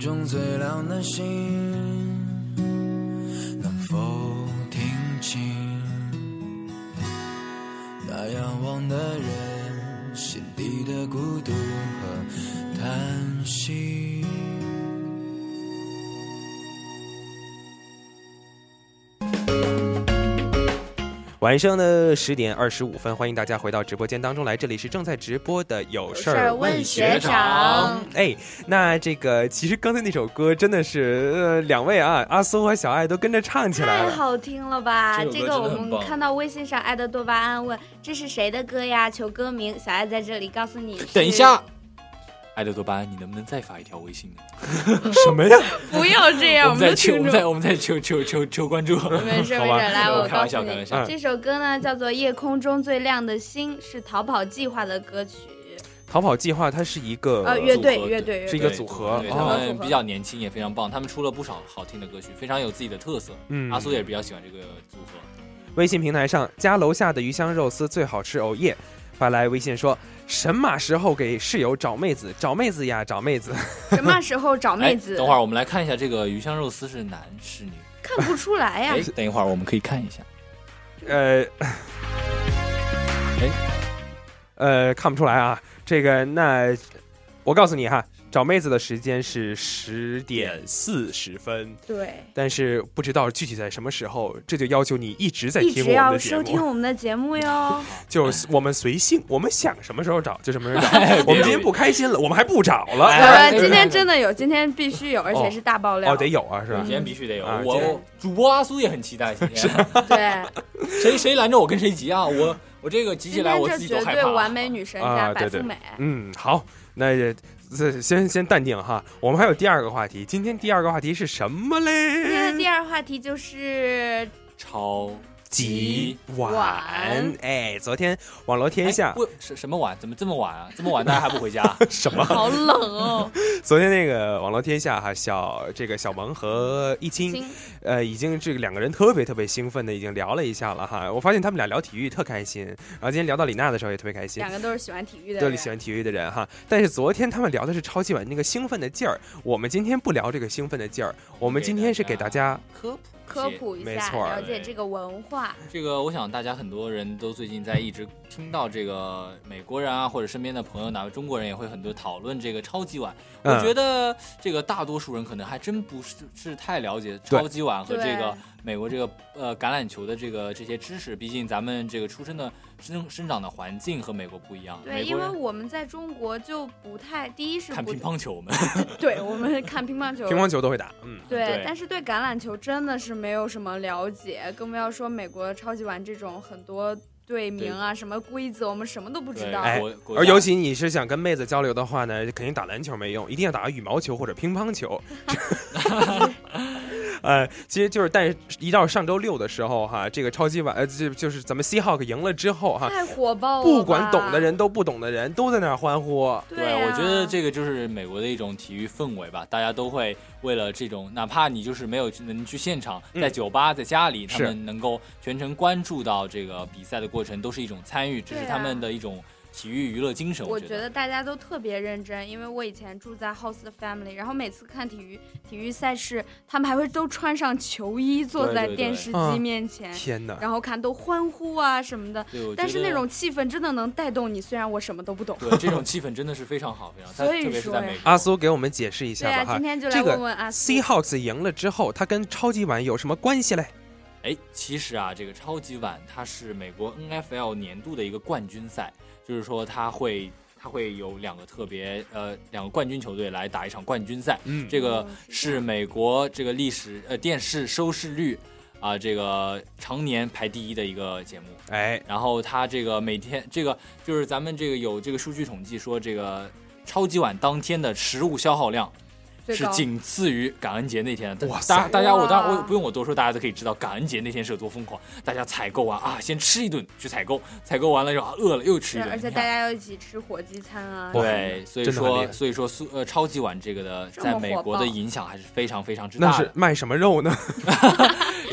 [SPEAKER 9] 中最亮的星，能否听清？那仰望的人心底的孤独和叹息。
[SPEAKER 7] 晚上的十点二十五分，欢迎大家回到直播间当中来，这里是正在直播的有事儿问学长。哎，那这个其实刚才那首歌真的是，呃，两位啊，阿松和小爱都跟着唱起来
[SPEAKER 6] 太
[SPEAKER 7] 了。
[SPEAKER 6] 好听了吧！
[SPEAKER 7] 这首歌
[SPEAKER 6] 这个我
[SPEAKER 7] 真的很棒
[SPEAKER 6] 们看到微信上爱的多巴胺问这是谁的歌呀？求歌名。小爱在这里告诉你，
[SPEAKER 5] 等一下，，爱德多巴胺，你能不能再发一条微信呢？
[SPEAKER 7] 什么呀？
[SPEAKER 6] 不要这样，
[SPEAKER 5] 我们再
[SPEAKER 6] 的
[SPEAKER 5] 求，我
[SPEAKER 6] 听
[SPEAKER 5] 们再，我
[SPEAKER 6] 众。
[SPEAKER 5] 们再求求求求关注。
[SPEAKER 6] 没事
[SPEAKER 5] 好
[SPEAKER 6] 没
[SPEAKER 5] 吧
[SPEAKER 6] 事，来我
[SPEAKER 5] 开
[SPEAKER 6] 告
[SPEAKER 5] 玩
[SPEAKER 6] 诉
[SPEAKER 5] 笑，开
[SPEAKER 6] 你嗯
[SPEAKER 5] 玩笑，。
[SPEAKER 6] 这首歌呢叫做《夜空中最亮的星》，是逃跑计划的歌曲。
[SPEAKER 7] 逃跑计划它是一个
[SPEAKER 6] 呃乐队乐队乐队
[SPEAKER 7] 是一个组合
[SPEAKER 5] 对，他
[SPEAKER 7] 哦。
[SPEAKER 5] 们比较年轻，也非常棒。他们出了不少好听的歌曲，非常有自己的特色。
[SPEAKER 7] 嗯
[SPEAKER 5] 阿苏也比较喜欢这个组合。
[SPEAKER 7] 微信平台上，家楼下的鱼香肉丝最好吃，哦耶！发来微信说，神马时候给室友找妹子，找妹子呀，找妹子。
[SPEAKER 6] 什么时候找妹
[SPEAKER 5] 哎
[SPEAKER 6] 子？
[SPEAKER 5] 等会儿我们来看一下这个鱼香肉丝是男是女。
[SPEAKER 6] 看不出来呀
[SPEAKER 5] 哎。，等一会儿我们可以看一 下。
[SPEAKER 7] 呃，
[SPEAKER 5] 哎，
[SPEAKER 7] 呃，看不出来啊。这个，那我告诉你哈，找妹子的时间是十点四十分，
[SPEAKER 6] 对，
[SPEAKER 7] 但是不知道具体在什么时候，这就要求你一直在
[SPEAKER 6] 一
[SPEAKER 7] 听
[SPEAKER 6] 直
[SPEAKER 7] 我们
[SPEAKER 6] 要
[SPEAKER 7] 的节
[SPEAKER 6] 收听
[SPEAKER 7] 目，
[SPEAKER 6] 我们的节目 哟。
[SPEAKER 7] 就是我们随性，我们想什么时候找就什么时候 找。哎我们今天不开心了，我们还不找了。哦
[SPEAKER 6] 呃，今天真的有，今天必须有，而且是大爆料。
[SPEAKER 7] 哦，得有啊，是吧？
[SPEAKER 5] 今天必须得有
[SPEAKER 7] 啊
[SPEAKER 5] 我
[SPEAKER 7] 今天
[SPEAKER 5] 我主播阿苏也很期待 今天，
[SPEAKER 6] 对，
[SPEAKER 5] 谁谁拦着我跟谁急啊！我我这个急起
[SPEAKER 6] 今
[SPEAKER 5] 来
[SPEAKER 6] 天
[SPEAKER 5] 我
[SPEAKER 6] 这
[SPEAKER 5] 自己都
[SPEAKER 6] 绝
[SPEAKER 5] 害
[SPEAKER 6] 对
[SPEAKER 5] 怕
[SPEAKER 6] 完。美女神
[SPEAKER 7] 啊，
[SPEAKER 6] 加
[SPEAKER 7] 对
[SPEAKER 6] 白
[SPEAKER 7] 对
[SPEAKER 6] 富美。
[SPEAKER 7] 嗯，好，那也这先先淡定哈。我们还有第二个话题，今天第二个话题是什么
[SPEAKER 6] 今
[SPEAKER 7] 嘞？
[SPEAKER 6] 天的第二话题 就是
[SPEAKER 5] 超哎
[SPEAKER 7] 级晚
[SPEAKER 6] 晚。
[SPEAKER 7] 哎，昨天网络天下、
[SPEAKER 5] 不什什么晚？怎么这么晚啊？这么晚大家还不回家？
[SPEAKER 7] 什么？
[SPEAKER 6] 好冷哦，
[SPEAKER 7] 昨天那个网络天下哈，小这个小萌和一清
[SPEAKER 6] 亲，
[SPEAKER 7] 呃，已经这个两个人特别特别兴奋的已经聊了一下了哈。我发现他们俩聊体育特开心，然后今天聊到李娜的时候也特别开心
[SPEAKER 6] 两。个都是喜欢体育的
[SPEAKER 7] 都
[SPEAKER 6] 人
[SPEAKER 7] 是。喜欢体育的人哈，但是昨天他们聊的是超级碗那个兴奋的劲儿，我们今天不聊这个兴奋的劲儿，我们今天是给大家
[SPEAKER 5] 科普
[SPEAKER 6] 科普一
[SPEAKER 7] 没
[SPEAKER 6] 下，
[SPEAKER 7] 错儿
[SPEAKER 6] 了解这个文化。
[SPEAKER 5] 这个，我想大家很多人都最近在一直听到这个美国人啊，或者身边的朋友，哪怕中国人也会很多讨论这个超级碗。
[SPEAKER 7] 嗯
[SPEAKER 5] 我觉得这个大多数人可能还真不是是太了解超级碗和这个
[SPEAKER 6] 对
[SPEAKER 5] 美国这个呃橄榄球的这个这些知识，毕竟咱们这个出生的生生长的环境和美国不一样。
[SPEAKER 6] 对，
[SPEAKER 5] 美
[SPEAKER 6] 因
[SPEAKER 5] 国
[SPEAKER 6] 为
[SPEAKER 5] 人
[SPEAKER 6] 我们在中国就不太，第一是
[SPEAKER 5] 看
[SPEAKER 6] 不
[SPEAKER 5] 乒，乓球，我们
[SPEAKER 6] 对我们看乒乓球，
[SPEAKER 7] 乒乓球都会打，嗯，
[SPEAKER 5] 对
[SPEAKER 6] 对，但是对橄榄球真的是没有什么了解，更不要说美国超级碗这种很多队名啊、什么规则，我们什么都不知 道。
[SPEAKER 7] 哎
[SPEAKER 5] 国国，家
[SPEAKER 7] 而尤其你是想跟妹子交流的话呢，肯定打篮球没用，一定要打羽毛球或者乒乓球。 呃，其实就是，但是一到上周六的时候哈，这个超级碗，呃，就就是咱们 Seahawk 赢了之后哈，
[SPEAKER 6] 太火爆了吧！
[SPEAKER 7] 不管懂的人都不懂的人都在那儿欢呼。
[SPEAKER 6] 对啊
[SPEAKER 5] 我觉得这个就是美国的一种体育氛围吧，大家都会为了这种，哪怕你就是没有去能去现场，
[SPEAKER 7] 嗯
[SPEAKER 5] 在酒吧、在家里，他
[SPEAKER 7] 是
[SPEAKER 5] 们能够全程关注到这个比赛的过程，都是一种参与，这
[SPEAKER 6] 对啊
[SPEAKER 5] 是他们的一种体育娱乐精神。
[SPEAKER 6] 我
[SPEAKER 5] 觉
[SPEAKER 6] 觉得大家都特别认真，因为我以前住在 Host Family，然后每次看体育体育赛事，他们还会都穿上球衣坐
[SPEAKER 5] 对
[SPEAKER 6] 在
[SPEAKER 5] 对对
[SPEAKER 6] 电视
[SPEAKER 7] 啊
[SPEAKER 6] 机面前，
[SPEAKER 7] 天哪！
[SPEAKER 6] 然后看都欢呼啊什么的。
[SPEAKER 5] 对，我觉得
[SPEAKER 6] 但是那种气氛真的能带动你，虽然我什么都不懂。
[SPEAKER 5] 对这种气氛真的是非常好，非常，它
[SPEAKER 6] 所以
[SPEAKER 5] 特别是
[SPEAKER 6] 说
[SPEAKER 5] 在
[SPEAKER 6] 呀
[SPEAKER 5] 美国。
[SPEAKER 7] 阿苏给我们解释一下
[SPEAKER 6] 对
[SPEAKER 7] 吧
[SPEAKER 6] 啊
[SPEAKER 7] 哈，
[SPEAKER 6] 今天就来
[SPEAKER 7] 这个
[SPEAKER 6] 问问阿苏
[SPEAKER 7] Seahawks 赢了之后，它跟超级碗有什么关系嘞？
[SPEAKER 5] 哎，其实啊，这个超级碗它是美国 NFL 年度的一个冠军赛，就是说它会它会有两个特别呃两个冠军球队来打一场冠军赛，
[SPEAKER 7] 嗯
[SPEAKER 5] 这
[SPEAKER 6] 哦
[SPEAKER 5] 个是美国这个历史呃电视收视率啊、这个常年排第一的一个节目。
[SPEAKER 7] 哎，
[SPEAKER 5] 然后它这个每天这个就是咱们这个有这个数据统计说，这个超级碗当天的食物消耗量
[SPEAKER 6] 最
[SPEAKER 5] 是
[SPEAKER 6] 高
[SPEAKER 5] 仅次于感恩节那天的。
[SPEAKER 7] 哇
[SPEAKER 5] 大
[SPEAKER 7] 塞
[SPEAKER 5] 大大家我当然
[SPEAKER 6] 哇
[SPEAKER 5] 我不用我多说，大家都可以知道感恩节那天是有多疯狂。大家采购完啊，先吃一顿去采购，采购完了之后啊饿了又吃一
[SPEAKER 6] 对，
[SPEAKER 5] 顿。
[SPEAKER 6] 而且
[SPEAKER 5] 你
[SPEAKER 6] 大
[SPEAKER 5] 看
[SPEAKER 6] 家要一起吃火鸡餐啊。
[SPEAKER 5] 对，所以
[SPEAKER 7] 真的很厉
[SPEAKER 5] 说
[SPEAKER 7] 害
[SPEAKER 5] 所以说苏呃超级碗这个的
[SPEAKER 6] 这么
[SPEAKER 5] 在美
[SPEAKER 6] 火
[SPEAKER 5] 国的
[SPEAKER 6] 爆
[SPEAKER 5] 影响还是非常非常之
[SPEAKER 7] 那
[SPEAKER 5] 大
[SPEAKER 7] 是
[SPEAKER 5] 的。
[SPEAKER 7] 卖什么肉呢？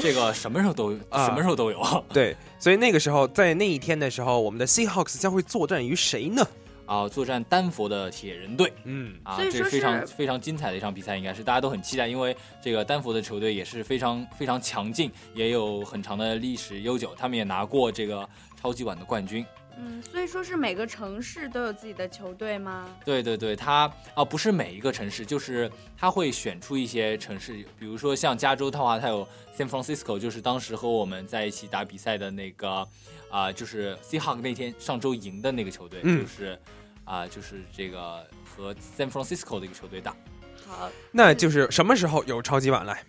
[SPEAKER 5] 这个什么时候都有，
[SPEAKER 7] 啊
[SPEAKER 5] 什么时候都有。
[SPEAKER 7] 对，所以那个时候，在那一天的时候，我们的 Seahawks 将会作战于谁呢？
[SPEAKER 5] 啊、作战丹佛的铁人队。
[SPEAKER 7] 嗯
[SPEAKER 5] 啊，
[SPEAKER 6] 所以
[SPEAKER 5] 这
[SPEAKER 6] 说
[SPEAKER 5] 是非常
[SPEAKER 6] 是
[SPEAKER 5] 非常精彩的一场比赛，应该是大家都很期待，因为这个丹佛的球队也是非常非常强劲，也有很长的历史悠久，他们也拿过这个超级碗的冠军。
[SPEAKER 6] 嗯，所以说是每个城市都有自己的球队吗？
[SPEAKER 5] 对对对，它啊不是每一个城市，就是它会选出一些城市，比如说像加州的话，它有 San Francisco，就是当时和我们在一起打比赛的那个啊、就是 Seahawk 那天上周赢的那个球队，
[SPEAKER 7] 嗯
[SPEAKER 5] 就是啊、就是这个和 San Francisco 的一个球队打。
[SPEAKER 6] 好，
[SPEAKER 7] 那就是什么时候有超级碗来？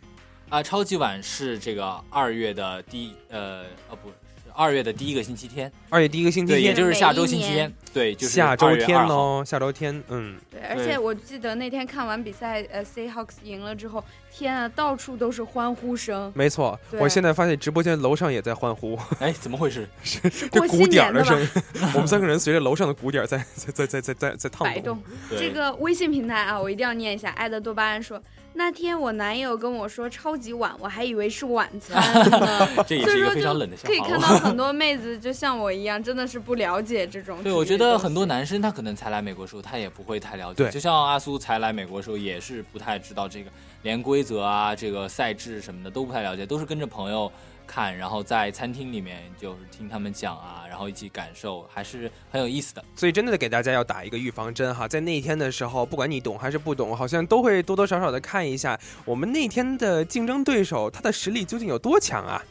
[SPEAKER 5] 啊，超级碗是这个二月的第呃呃不是二月的第一个星期天，
[SPEAKER 7] 二月第一个星期
[SPEAKER 5] 对，
[SPEAKER 7] 天，
[SPEAKER 5] 也就是下周星期天，对，就是
[SPEAKER 7] 下周
[SPEAKER 5] 2月
[SPEAKER 7] 天
[SPEAKER 5] 2号。
[SPEAKER 7] 喽，下周天，嗯，
[SPEAKER 6] 对，而且我记得那天看完比赛，呃，Seahawks 赢了之后，天啊，到处都是欢呼声。
[SPEAKER 7] 没错，
[SPEAKER 6] 对
[SPEAKER 7] 我现在发现直播间楼上也在欢呼，
[SPEAKER 5] 哎，怎么回事？。
[SPEAKER 7] 是
[SPEAKER 6] 过
[SPEAKER 7] 这鼓点儿
[SPEAKER 6] 新年的吧
[SPEAKER 7] 声音，我们三个人随着楼上的鼓点儿在在在在在在在
[SPEAKER 6] 摆动
[SPEAKER 7] 烫动。
[SPEAKER 6] 这个微信平台啊，我一定要念一下。爱的多巴胺说，那天我男友跟我说超级晚，我还以为是晚餐呢
[SPEAKER 5] 这也
[SPEAKER 6] 所
[SPEAKER 5] 是
[SPEAKER 6] 以
[SPEAKER 5] 一
[SPEAKER 6] 说
[SPEAKER 5] 个非常
[SPEAKER 6] 就
[SPEAKER 5] 冷的笑哦
[SPEAKER 6] 可以
[SPEAKER 5] 话
[SPEAKER 6] 看
[SPEAKER 5] 了
[SPEAKER 6] 到 很多妹子就像我一样，真的是不了解这种体育的东西。
[SPEAKER 5] 对，我觉得很多男生他可能才来美国的时候，他也不会太了解。
[SPEAKER 7] 对
[SPEAKER 5] 就像阿苏才来美国的时候，也是不太知道这个，连规则啊、这个赛制什么的都不太了解，都是跟着朋友看，然后在餐厅里面就是听他们讲啊，然后一起感受，还是很有意思的。
[SPEAKER 7] 所以真的给大家要打一个预防针哈，在那一天的时候，不管你懂还是不懂，好像都会多多少少的看一下我们那天的竞争对手他的实力究竟有多强啊。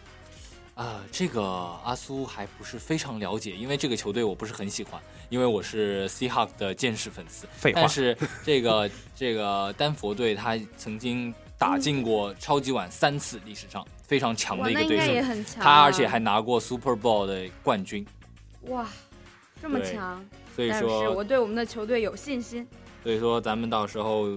[SPEAKER 5] 啊、这个阿苏还不是非常了解，因为这个球队我不是很喜欢，因为我是 Seahawk 的剑士粉丝。
[SPEAKER 7] 废话
[SPEAKER 5] 但是这个这个丹佛队他曾经打进过超级碗三次，历史上非常强
[SPEAKER 6] 哇
[SPEAKER 5] 的一个
[SPEAKER 6] 那
[SPEAKER 5] 对
[SPEAKER 6] 应该
[SPEAKER 5] 手。
[SPEAKER 6] 也很强
[SPEAKER 5] 他
[SPEAKER 6] 啊
[SPEAKER 5] 而且还拿过 Super Bowl 的冠军，
[SPEAKER 6] 哇，这么
[SPEAKER 5] 对
[SPEAKER 6] 强。
[SPEAKER 5] 所以
[SPEAKER 6] 但
[SPEAKER 5] 说
[SPEAKER 6] 是我对我们的球队有信心。
[SPEAKER 5] 所以说咱们到时候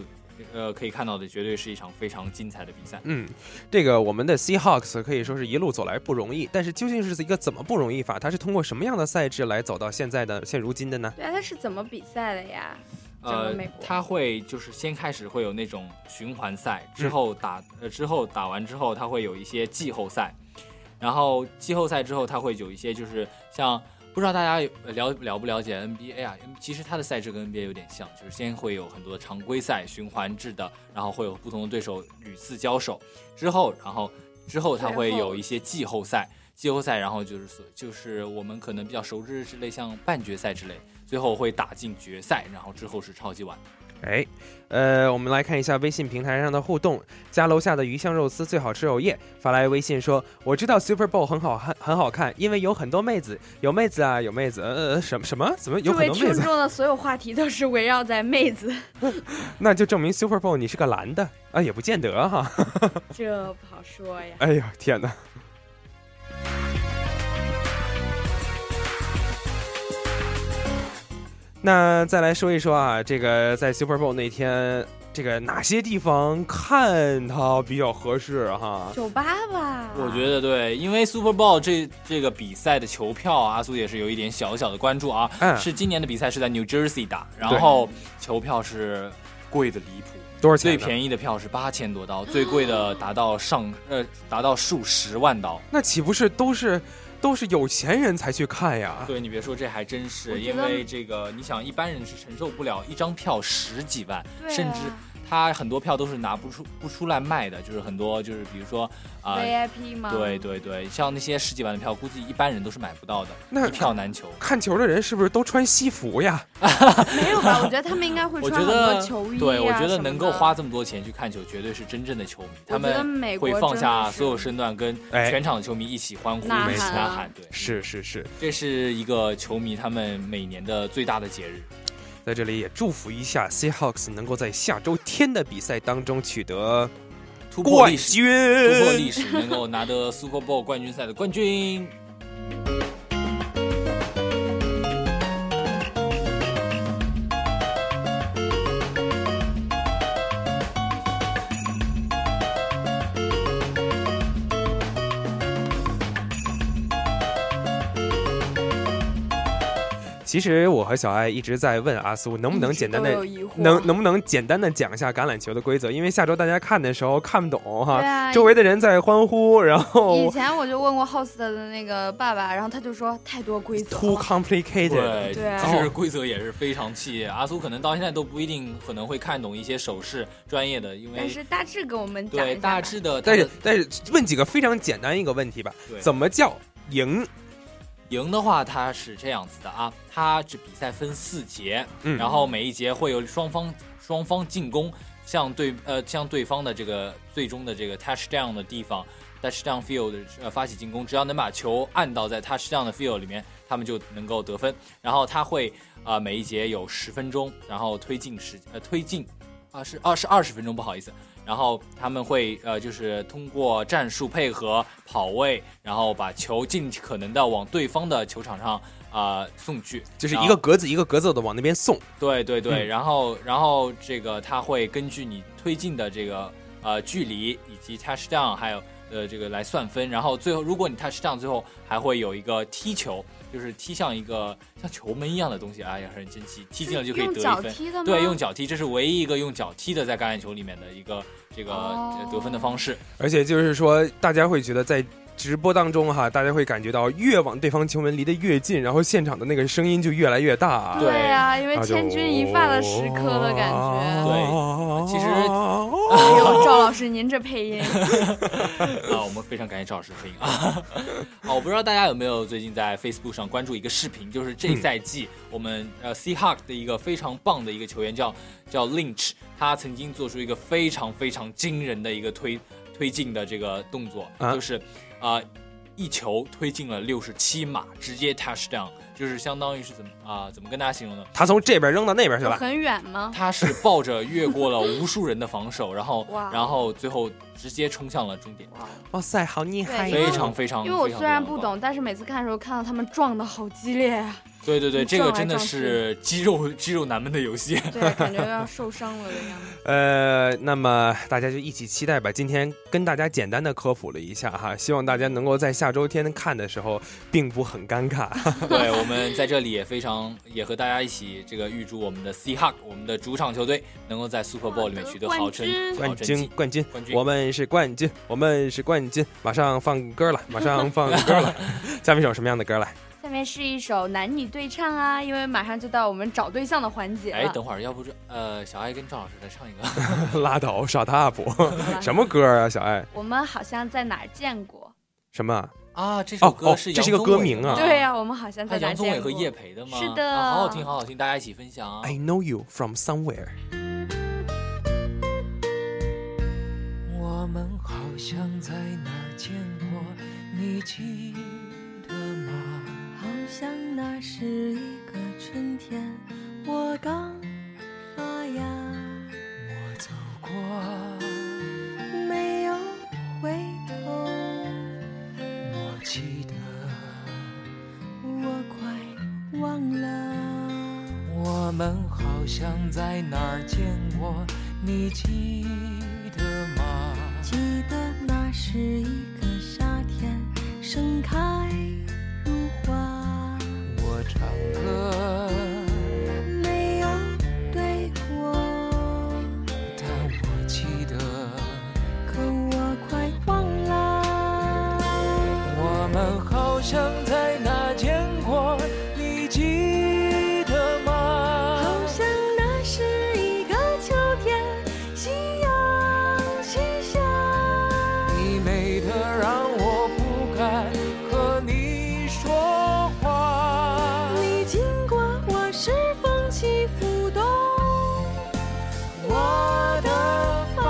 [SPEAKER 5] 呃可以看到的绝对是一场非常精彩的比赛。
[SPEAKER 7] 嗯，这个我们的 Seahawks 可以说是一路走来不容易，但是究竟是一个怎么不容易法？它是通过什么样的赛制来走到现在的现如今的呢？
[SPEAKER 6] 对啊，他是怎么比赛的呀？整个
[SPEAKER 5] 呃
[SPEAKER 6] 美国，
[SPEAKER 5] 他会就是先开始会有那种循环赛，之后打、呃之后打完之后，他会有一些季后赛，然后季后赛之后，他会有一些就是像不知道大家有呃了了不了解 NBA 啊？嗯其实它的赛制跟 NBA 有点像，就是先会有很多常规赛循环制的，然后会有不同的对手屡次交手，之后然后之后它会有一些季后赛。季后赛，然后就是所就是我们可能比较熟知之类，像半决赛之类，最后会打进决赛，然后之后是超级碗。
[SPEAKER 7] 哎，呃，我们来看一下微信平台上的互动。家楼下的鱼香肉丝最好吃有夜发来微信说：“我知道 Super Bowl 很好看，很好看，因为有很多妹子，有妹子啊，有妹子。呃，什么什么？怎么有
[SPEAKER 6] 作
[SPEAKER 7] 很
[SPEAKER 6] 为
[SPEAKER 7] 多
[SPEAKER 6] 听
[SPEAKER 7] 妹子？
[SPEAKER 6] 众的所有话题都是围绕在妹子，
[SPEAKER 7] 那就证明 Super Bowl 你是个男的啊，也不见得哈。
[SPEAKER 6] 这不好说呀。
[SPEAKER 7] 哎呦，天哪！那再来说一说啊，这个在 Super Bowl 那天，这个哪些地方看它比较合适啊哈？
[SPEAKER 6] 酒吧吧，
[SPEAKER 5] 我觉得对，因为 Super Bowl 这这个比赛的球票啊，阿苏也是有一点小小的关注啊。
[SPEAKER 7] 嗯
[SPEAKER 5] 是今年的比赛是在 New Jersey 打，然后球票是贵的离谱，
[SPEAKER 7] 多少
[SPEAKER 5] 最
[SPEAKER 7] 钱？宜。
[SPEAKER 5] 便宜的票是八千多刀，最贵的达 到上呃达到数十万刀。
[SPEAKER 7] 那岂不是都是都是有钱人才去看呀？
[SPEAKER 5] 对你别说，这还真是，
[SPEAKER 6] 我觉
[SPEAKER 5] 因
[SPEAKER 6] 得
[SPEAKER 5] 为这个，你想一般人是承受不了一张票十几万，
[SPEAKER 6] 对啊
[SPEAKER 5] 甚至他很多票都是拿不出不出来卖的，就是很多就是比如说啊、
[SPEAKER 6] VIP 吗？
[SPEAKER 5] 对，对对，像那些十几万的票，估计一般人都是买不到的，
[SPEAKER 7] 那
[SPEAKER 5] 一票难求。
[SPEAKER 7] 看球的人是不是都穿西服呀？
[SPEAKER 6] 没有吧？我觉得他们应该会
[SPEAKER 5] 我
[SPEAKER 6] 穿
[SPEAKER 5] 觉
[SPEAKER 6] 很多
[SPEAKER 5] 得，
[SPEAKER 6] 球衣、啊、
[SPEAKER 5] 对，我觉得能够花。这么多钱去看球，绝对是真正的球迷，
[SPEAKER 6] 我
[SPEAKER 5] 他
[SPEAKER 6] 觉得
[SPEAKER 5] 们
[SPEAKER 6] 美国
[SPEAKER 5] 会放下所有
[SPEAKER 6] 真的是
[SPEAKER 5] 身段，跟
[SPEAKER 7] 哎
[SPEAKER 5] 全场的球迷一起欢呼、
[SPEAKER 6] 呐
[SPEAKER 5] 一起
[SPEAKER 6] 喊
[SPEAKER 5] 呐
[SPEAKER 6] 啊
[SPEAKER 5] 喊。对，
[SPEAKER 7] 是是是，
[SPEAKER 5] 这是一个球迷他们每年的最大的节日。
[SPEAKER 7] 在这里也祝福一下 Seahawks 能够在下周天的比赛当中取得
[SPEAKER 5] 突破
[SPEAKER 7] 冠
[SPEAKER 5] 历史，
[SPEAKER 7] 军。
[SPEAKER 5] 突破历史，能够拿得 Super Bowl 冠军赛的 冠军。
[SPEAKER 7] 其实我和小爱一直在问阿苏，能不能简单的
[SPEAKER 6] 一直都有疑惑
[SPEAKER 7] 能能不能简单的讲一下橄榄球的规则？因为下周大家看的时候看不懂哈，
[SPEAKER 6] 对啊
[SPEAKER 7] 周围的人在欢呼，然
[SPEAKER 6] 以
[SPEAKER 7] 后
[SPEAKER 6] 前我就问过 host 的那个爸爸，然后他就说太多规则
[SPEAKER 7] too
[SPEAKER 6] 了。
[SPEAKER 7] complicated，
[SPEAKER 6] 对啊
[SPEAKER 5] 其实规则也是非常气。阿苏可能到现在都不一定可能会看懂一些手势专业的，因为
[SPEAKER 6] 但是大致给我们讲
[SPEAKER 5] 哎对
[SPEAKER 6] 一下
[SPEAKER 5] 大
[SPEAKER 6] 吧，
[SPEAKER 5] 致的，
[SPEAKER 7] 但是但是问几个非常简单一个问题吧
[SPEAKER 5] 对，
[SPEAKER 7] 怎么叫赢？
[SPEAKER 5] 赢的话，它是这样子的啊，它这比赛分四节，
[SPEAKER 7] 嗯
[SPEAKER 5] 然后每一节会有双方双方进攻，向对呃向对方的这个最终的这个 touchdown 的地方 touchdown field 呃发起进攻，只要能把球按到在 touchdown 的 field 里面，他们就能够得分。然后它会啊、呃每一节有十分钟，然后推进时呃推进啊是二是二十分钟，不好意思。然后他们会呃，就是通过战术配合、跑位，然后把球尽可能的往对方的球场上啊、送去，
[SPEAKER 7] 就是
[SPEAKER 5] 然
[SPEAKER 7] 一
[SPEAKER 5] 后
[SPEAKER 7] 个格子一个格子的往那边送。
[SPEAKER 5] 对对对，
[SPEAKER 7] 嗯
[SPEAKER 5] 然后然后这个他会根据你推进的这个呃距离以及 touchdown，还有呃这个来算分，然后最后如果你 touchdown，最后还会有一个踢球，就是踢向一个像球门一样的东西，哎呀很珍惜，踢进了就可以
[SPEAKER 6] 是用
[SPEAKER 5] 得一
[SPEAKER 6] 脚踢的
[SPEAKER 5] 分。
[SPEAKER 6] 吗
[SPEAKER 5] 对，用脚踢，这是唯一一个用脚踢的在橄榄球里面的一个这个
[SPEAKER 6] 哦
[SPEAKER 5] 呃得分的方式。
[SPEAKER 7] 而且就是说，大家会觉得在直播当中哈，大家会感觉到越往对方球门离得越近，然后现场的那个声音就越来越大。啊
[SPEAKER 6] 对呀、因为
[SPEAKER 7] 那就
[SPEAKER 6] 千钧一发的时刻的感觉。
[SPEAKER 7] 哦
[SPEAKER 5] 对，其实
[SPEAKER 6] 哎 呦，赵老师，您这配 音，
[SPEAKER 5] 啊，我们非常感谢赵老师的配音啊！ 啊，我不知道大家有没有最近在 Facebook 上关注一个视频，就是这赛季我们呃 Seahawk 的一个非常棒的一个球员叫叫 Lynch，他曾经做出一个非常非常惊人的一个推推进的这个动作，
[SPEAKER 7] 啊
[SPEAKER 5] 就是啊、一球推进了六十七码，直接 touchdown，就是相当于是怎么啊、怎么跟大家形容呢？
[SPEAKER 7] 他从这边扔到那边去
[SPEAKER 6] 有
[SPEAKER 7] 了。
[SPEAKER 6] 很远 吗？
[SPEAKER 5] 他是抱着越过了无数人的防守，然后
[SPEAKER 6] 哇
[SPEAKER 5] 然后最后直接冲向了终点。
[SPEAKER 7] 哇塞，好厉
[SPEAKER 6] 对，因为
[SPEAKER 5] 非常非常
[SPEAKER 6] 因为我
[SPEAKER 5] 非常
[SPEAKER 6] 虽然
[SPEAKER 5] 非常
[SPEAKER 6] 不
[SPEAKER 5] 棒
[SPEAKER 6] 懂，但是每次看的时候看到他们撞的好激烈啊呀、
[SPEAKER 5] 对对对，这
[SPEAKER 6] 撞
[SPEAKER 5] 个
[SPEAKER 6] 来
[SPEAKER 5] 真的
[SPEAKER 6] 撞去
[SPEAKER 5] 是肌肉肌肉男们的游 戏。
[SPEAKER 6] 对，感觉要受伤了的样子。
[SPEAKER 7] 呃，那么大家就一起期待吧。今天跟大家简单的科普了一下哈，希望大家能够在下周天看的时候并不很 尴尬。
[SPEAKER 5] 对我们在这里也非常也和大家一起这个预祝我们的 Seahawk 我们的主场球队能够在 Super Bowl 里面取得好成好
[SPEAKER 7] 冠
[SPEAKER 5] 成
[SPEAKER 7] 军
[SPEAKER 5] 绩，。
[SPEAKER 7] 冠军，
[SPEAKER 5] 冠军
[SPEAKER 7] 我们是冠军，我们是冠军。马上放 歌了，马上放歌了。下面一首什么样的歌来？
[SPEAKER 6] 下面是一首男女对唱啊，因为马上就到我们找对象的环节了。
[SPEAKER 5] 哎，等会儿，要不这呃，小爱跟赵老师再唱一个。
[SPEAKER 7] 拉倒，shut up，什 么歌啊，小爱？
[SPEAKER 6] 我们好像在哪儿见过？
[SPEAKER 7] 什么啊？
[SPEAKER 5] 啊，这
[SPEAKER 7] 哦
[SPEAKER 5] 首
[SPEAKER 7] 哦
[SPEAKER 5] 歌是、
[SPEAKER 7] 这是一个歌名 啊
[SPEAKER 6] 对呀、我们好像
[SPEAKER 5] 啊
[SPEAKER 6] 在哪
[SPEAKER 5] 杨
[SPEAKER 6] 儿
[SPEAKER 5] 宗
[SPEAKER 6] 见
[SPEAKER 5] 纬
[SPEAKER 6] 过
[SPEAKER 5] 和。叶培的吗？
[SPEAKER 6] 是的
[SPEAKER 5] 啊好好听，好好听，大家一起分享
[SPEAKER 6] 哦
[SPEAKER 5] 啊。
[SPEAKER 7] I know you from somewhere。
[SPEAKER 10] 我们好像在哪儿见过，你记得吗？
[SPEAKER 4] 好像那是一个春天，我刚发芽。我走过，没有回头。
[SPEAKER 10] 我记得，
[SPEAKER 4] 我快忘了，
[SPEAKER 10] 我们好像在哪儿见过，你记得吗？
[SPEAKER 4] 记得那是一个夏天，盛开如花。
[SPEAKER 10] 我唱歌，
[SPEAKER 4] 没有对我，
[SPEAKER 10] 但我记得，
[SPEAKER 4] 可我快忘了。
[SPEAKER 10] 我们好像在哪儿见过，你记得吗？
[SPEAKER 4] 好像那是一个秋天，夕阳西下。
[SPEAKER 10] 你美得让我不敢和你说话。
[SPEAKER 4] 你经过我是风起拂动
[SPEAKER 10] 我的发。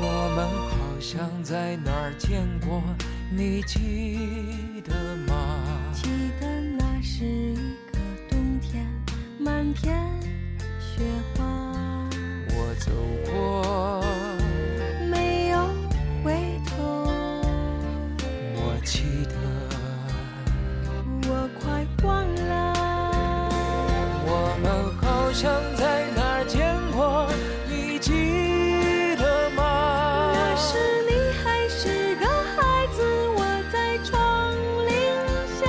[SPEAKER 10] 我们好像在哪儿见过，你记得吗？
[SPEAKER 4] 记得那是一个冬天，满天雪花，
[SPEAKER 10] 我走过，
[SPEAKER 4] 没有
[SPEAKER 10] 像在哪儿见过，你记得吗？
[SPEAKER 11] 那时你还是个孩子，我在窗棂下。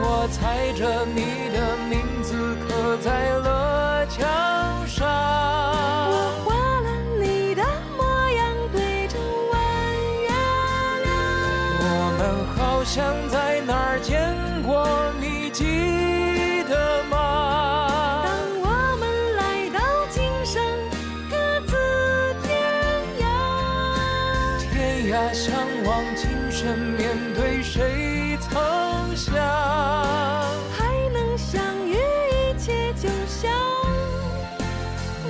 [SPEAKER 10] 我猜着你的名字刻在了墙上。
[SPEAKER 11] 我画了你的模样，对着弯月亮。
[SPEAKER 10] 我们好像在哪儿见过，你记得吗？
[SPEAKER 11] 当我们来到今生，各自天涯。
[SPEAKER 10] 天涯相望，今生面对谁曾想？
[SPEAKER 11] 还能相遇，一切就像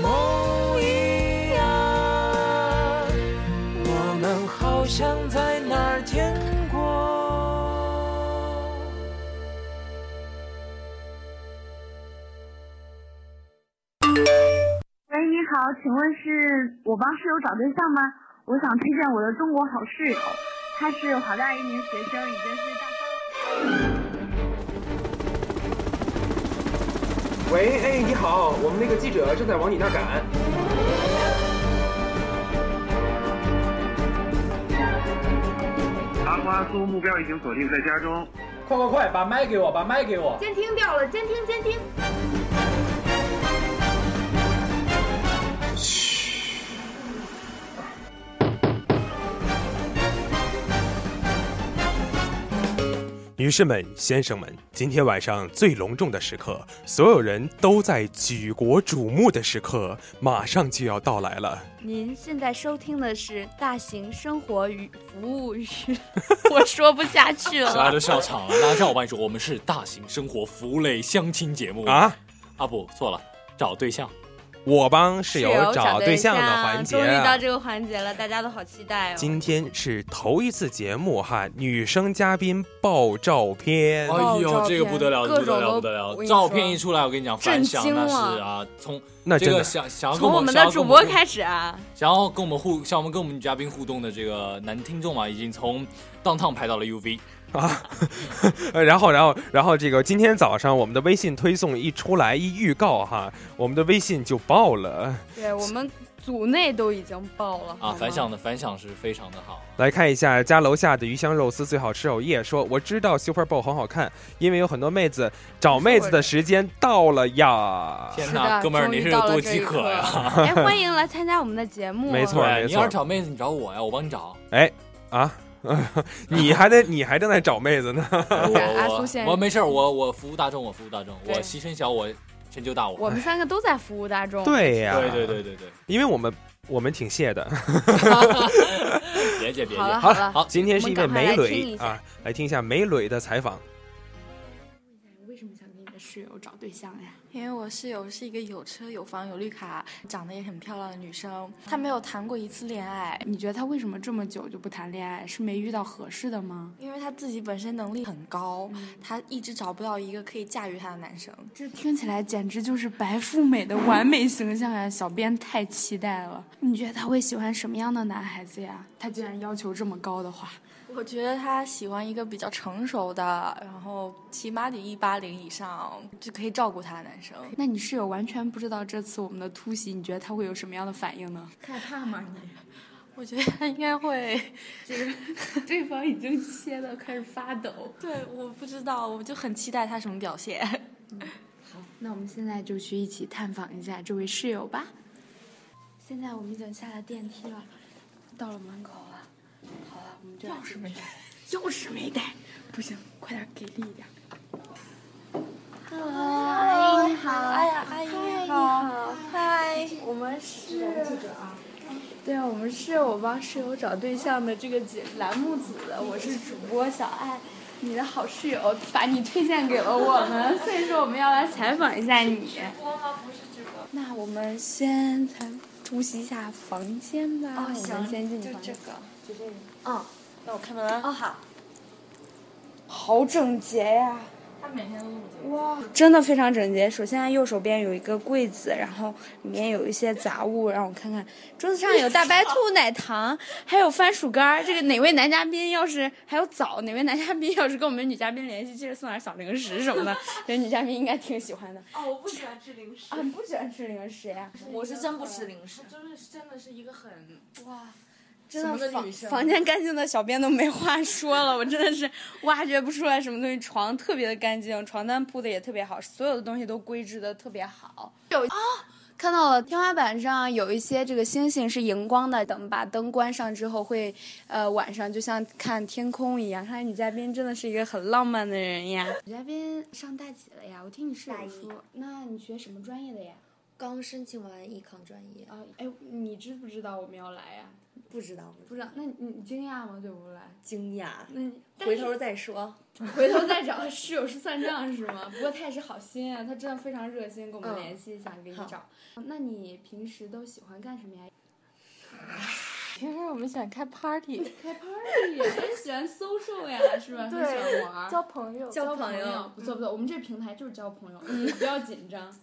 [SPEAKER 10] 梦一样。我们好像在哪儿见过。
[SPEAKER 4] 喂，你好，请问是我帮室友找对象吗？我想推荐我的中国好室友，他是华大一名学生，已经是大
[SPEAKER 12] 喂，哎，你好，我们那个记者正在往你那儿赶。
[SPEAKER 13] 麻瓜苏目标已经锁定在家中。
[SPEAKER 14] 快快快，把麦给我，把麦给我。
[SPEAKER 15] 监听掉了，监听监听。
[SPEAKER 7] 女士们、先生们，今天晚上最隆重的时刻，所有人都在举国瞩目的时刻，马上就要到来了。
[SPEAKER 16] 您现在收听的是大型生活与服务与， 我说不下去
[SPEAKER 5] 大 家
[SPEAKER 16] 了。
[SPEAKER 5] 都笑场了。啊大家知道我跟你说，我们是大型生活服务类相亲节目
[SPEAKER 7] 啊！
[SPEAKER 5] 啊不，错了，找对象。
[SPEAKER 7] 我帮室
[SPEAKER 16] 室
[SPEAKER 7] 友
[SPEAKER 16] 友
[SPEAKER 7] 找对
[SPEAKER 16] 对
[SPEAKER 7] 象的环节
[SPEAKER 16] 终于到
[SPEAKER 7] 啊，
[SPEAKER 16] 这个环节了，大家都好期待哦。
[SPEAKER 7] 今天是头一次节目哈，女生嘉宾爆照片。
[SPEAKER 5] 哎呦，这个不得了，
[SPEAKER 16] 各
[SPEAKER 5] 不
[SPEAKER 16] 种
[SPEAKER 5] 得
[SPEAKER 16] 都
[SPEAKER 5] 了，不得
[SPEAKER 16] 我
[SPEAKER 5] 了！
[SPEAKER 16] 跟你
[SPEAKER 5] 照片一出来，我跟你讲，
[SPEAKER 16] 震
[SPEAKER 5] 反响
[SPEAKER 16] 惊
[SPEAKER 5] 那
[SPEAKER 16] 了
[SPEAKER 5] 是啊，从
[SPEAKER 7] 那
[SPEAKER 5] 这
[SPEAKER 7] 真
[SPEAKER 5] 个
[SPEAKER 7] 的
[SPEAKER 5] 想想要跟
[SPEAKER 16] 从我们的
[SPEAKER 5] 想要跟
[SPEAKER 16] 主
[SPEAKER 5] 我
[SPEAKER 16] 播
[SPEAKER 5] 们
[SPEAKER 16] 开始啊，
[SPEAKER 5] 想要跟我们互，想我们跟我们女嘉宾互动的这个男听众啊，已经从当趟排到了 UV，
[SPEAKER 7] 呃，然后，然后，然后这个今天早上我们的微信推送一出来一预告哈，我们的微信就爆了。
[SPEAKER 16] 对我们组内都已经爆了
[SPEAKER 5] 啊，反响的反响是非常的好。
[SPEAKER 7] 来看一下家楼下的鱼香肉丝最好吃有夜说，我知道 Super Bowl 很好看，因为有很多妹子找妹子的时间到了呀。
[SPEAKER 5] 天
[SPEAKER 16] 是
[SPEAKER 5] 哪，
[SPEAKER 16] 的
[SPEAKER 5] 哥们儿，
[SPEAKER 16] 终于
[SPEAKER 5] 你是有
[SPEAKER 16] 到了
[SPEAKER 5] 多
[SPEAKER 16] 这
[SPEAKER 5] 饥
[SPEAKER 16] 一
[SPEAKER 5] 渴呀？
[SPEAKER 16] 哎，欢迎来参加我们的节目。
[SPEAKER 7] 没错
[SPEAKER 5] 对
[SPEAKER 7] 没
[SPEAKER 5] 你
[SPEAKER 7] 错
[SPEAKER 5] 要是找妹子，你找我呀，我帮你 找。
[SPEAKER 7] 哎啊， 你还得你还正在找妹子呢。
[SPEAKER 16] 阿苏先生
[SPEAKER 5] 我我没事儿，我我服务大众，我服务大众，我
[SPEAKER 16] 对
[SPEAKER 5] 牺牲小我，成就大我。
[SPEAKER 16] 我们三个都在服务大众。
[SPEAKER 7] 对呀、
[SPEAKER 5] 对对对对对，
[SPEAKER 7] 因为我们我们挺屑的。
[SPEAKER 5] 别介别介，
[SPEAKER 16] 好了
[SPEAKER 7] 好
[SPEAKER 16] 了，
[SPEAKER 7] 好，今天是一位
[SPEAKER 16] 我们赶
[SPEAKER 7] 梅
[SPEAKER 16] 快来听
[SPEAKER 7] 蕊
[SPEAKER 16] 一下
[SPEAKER 7] 啊，来听一下梅蕊的采访。
[SPEAKER 6] 为什么想跟你的室友找对象呀？
[SPEAKER 17] 因为我室友是一个有车有房有绿卡，长得也很漂亮的女生，她没有谈过一次恋爱，
[SPEAKER 6] 你觉得他为什么这么久就不谈恋爱？是没遇到合适的吗？嗯
[SPEAKER 17] 因为她自己本身能力很高，她一直找不到一个可以驾驭她的男生。
[SPEAKER 6] 这听起来简直就是白富美的完美形象呀！小编太期待了。你觉得他会喜欢什么样的男孩子呀？他既然要求这么高的话，
[SPEAKER 17] 我觉得她喜欢一个比较成熟的，然后起码得一八零以上就可以照顾她的男生。
[SPEAKER 6] 那你室友完全不知道这次我们的突袭，你觉得他会有什么样的反应呢？
[SPEAKER 17] 害怕吗你？我觉得他应该会， 就是
[SPEAKER 6] 对方已经切的开始发抖。
[SPEAKER 17] 对，我不知道，我就很期待他什么表现。
[SPEAKER 6] 那我们现在就去一起探访一下这位室友吧。现在我们已经下了电梯了，到了门口了。好了，我们就
[SPEAKER 17] 钥匙没
[SPEAKER 6] 带，钥匙没带，不行，快点给力一点。
[SPEAKER 17] 阿姨你好，哎呀，阿姨
[SPEAKER 6] 你
[SPEAKER 17] 好，嗨，我们是
[SPEAKER 6] 对啊，我们是我帮室友找对象的这个节栏目组的，我是主播小爱，你的好室友把你推荐给了我们，所以说我们要来采访一下你。
[SPEAKER 17] 播吗？不是直播。
[SPEAKER 6] 那我们先采突袭一下房间吧，
[SPEAKER 17] 哦，
[SPEAKER 6] 我们
[SPEAKER 17] 行，
[SPEAKER 6] 先进
[SPEAKER 17] 就
[SPEAKER 6] 房
[SPEAKER 17] 这
[SPEAKER 6] 间。
[SPEAKER 17] 个，
[SPEAKER 6] 就这个。
[SPEAKER 17] 嗯，那我开门了。哦，好。
[SPEAKER 6] 好整洁呀、
[SPEAKER 17] 啊，
[SPEAKER 10] 他每天都这么做。
[SPEAKER 18] 哇，真的非常整洁。首先右手边有一个柜子，然后里面有一些杂物，让我看看。桌子上有大白兔奶糖， 还有番薯干儿。这个哪位男嘉宾要是还有枣，哪位男嘉宾要是跟我们女嘉宾联系，记得送点小零食什么的。 这女嘉宾应该挺喜欢的。
[SPEAKER 10] 哦，我不喜欢吃零食
[SPEAKER 18] 啊，你不喜欢吃零食呀？
[SPEAKER 10] 我是真不吃零
[SPEAKER 6] 哦
[SPEAKER 10] 食，就是真的是一个很哇。
[SPEAKER 18] 真的
[SPEAKER 10] 房
[SPEAKER 18] 房间干净的小编都没话说了，我真的是挖掘不出来什么东西。床特别的干净，床单铺的也特别好，所有的东西都规制的特别好。有啊、哦，看到了，天花板上有一些这个星星是荧光的。等把灯关上之后会，会呃晚上就像看天空一样。看来女嘉宾真的是一个很浪漫的人呀。
[SPEAKER 4] 女嘉宾上大几了呀？我听你室友说，
[SPEAKER 6] 那你学什么专业的呀？
[SPEAKER 4] 刚申请完艺康专业。
[SPEAKER 6] 啊，哎，你知不知道我们要来呀？
[SPEAKER 4] 不知道，
[SPEAKER 6] 不知道。那你惊讶吗？对不来？
[SPEAKER 4] 惊讶。
[SPEAKER 6] 那你
[SPEAKER 4] 回头再说，
[SPEAKER 6] 嗯回头再找室友是算账是吗？不过他也是好心啊，他真的非常热心，跟我们联系一下，嗯、给你找。那你平时都喜欢干什么呀？
[SPEAKER 4] 平时我们喜欢开 party，
[SPEAKER 6] 开 party，很喜欢 social 呀，是吧？很喜欢玩，
[SPEAKER 19] 交朋友，
[SPEAKER 6] 交
[SPEAKER 4] 朋
[SPEAKER 6] 友，不错不错。我们这平台就是交朋友，你不要紧 张，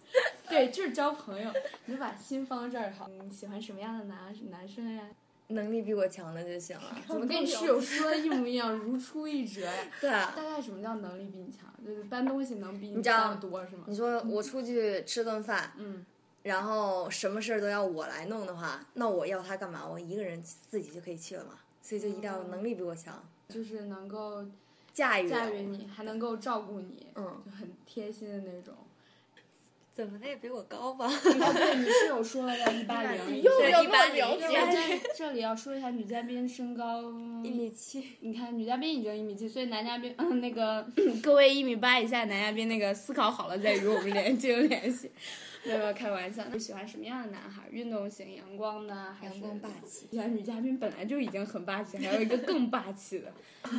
[SPEAKER 6] 对，就是交朋友。你就把心放这儿好。你喜欢什么样的男男生呀？
[SPEAKER 4] 能力比我强的就行了。
[SPEAKER 6] 怎么跟你室友说的一模一样，如出一辙呀？
[SPEAKER 4] 对啊。
[SPEAKER 6] 大概什么叫能力比你强？就是搬东西能比你搬的多是吗？
[SPEAKER 4] 你说我出去吃顿饭，
[SPEAKER 6] 嗯，
[SPEAKER 4] 然后什么事儿都要我来弄的话，那我要他干嘛？我一个人自己就可以去了嘛。所以就一定要能力比我强，
[SPEAKER 6] 就是能够
[SPEAKER 4] 驾驭
[SPEAKER 6] 驾驭你，还能够照顾你，
[SPEAKER 4] 嗯，
[SPEAKER 6] 就很贴心的那种。哦
[SPEAKER 4] 怎么他也比我高吧？
[SPEAKER 6] 对，你室友说了要一八 零，
[SPEAKER 4] 又要一八
[SPEAKER 6] 零。这这里要说一下，女嘉宾身高
[SPEAKER 4] 一米七。
[SPEAKER 6] 你看，女嘉宾已经一米七，所以男嘉宾，嗯，那个 各位一米八以下男嘉宾，那个思考好了再与我们联进行联系。 没有开玩笑。你喜欢什么样的男孩？运动型、阳光呢，还是
[SPEAKER 4] 阳光霸气？
[SPEAKER 6] 喜欢女嘉宾本来就已经很霸气，还有一个更霸气的。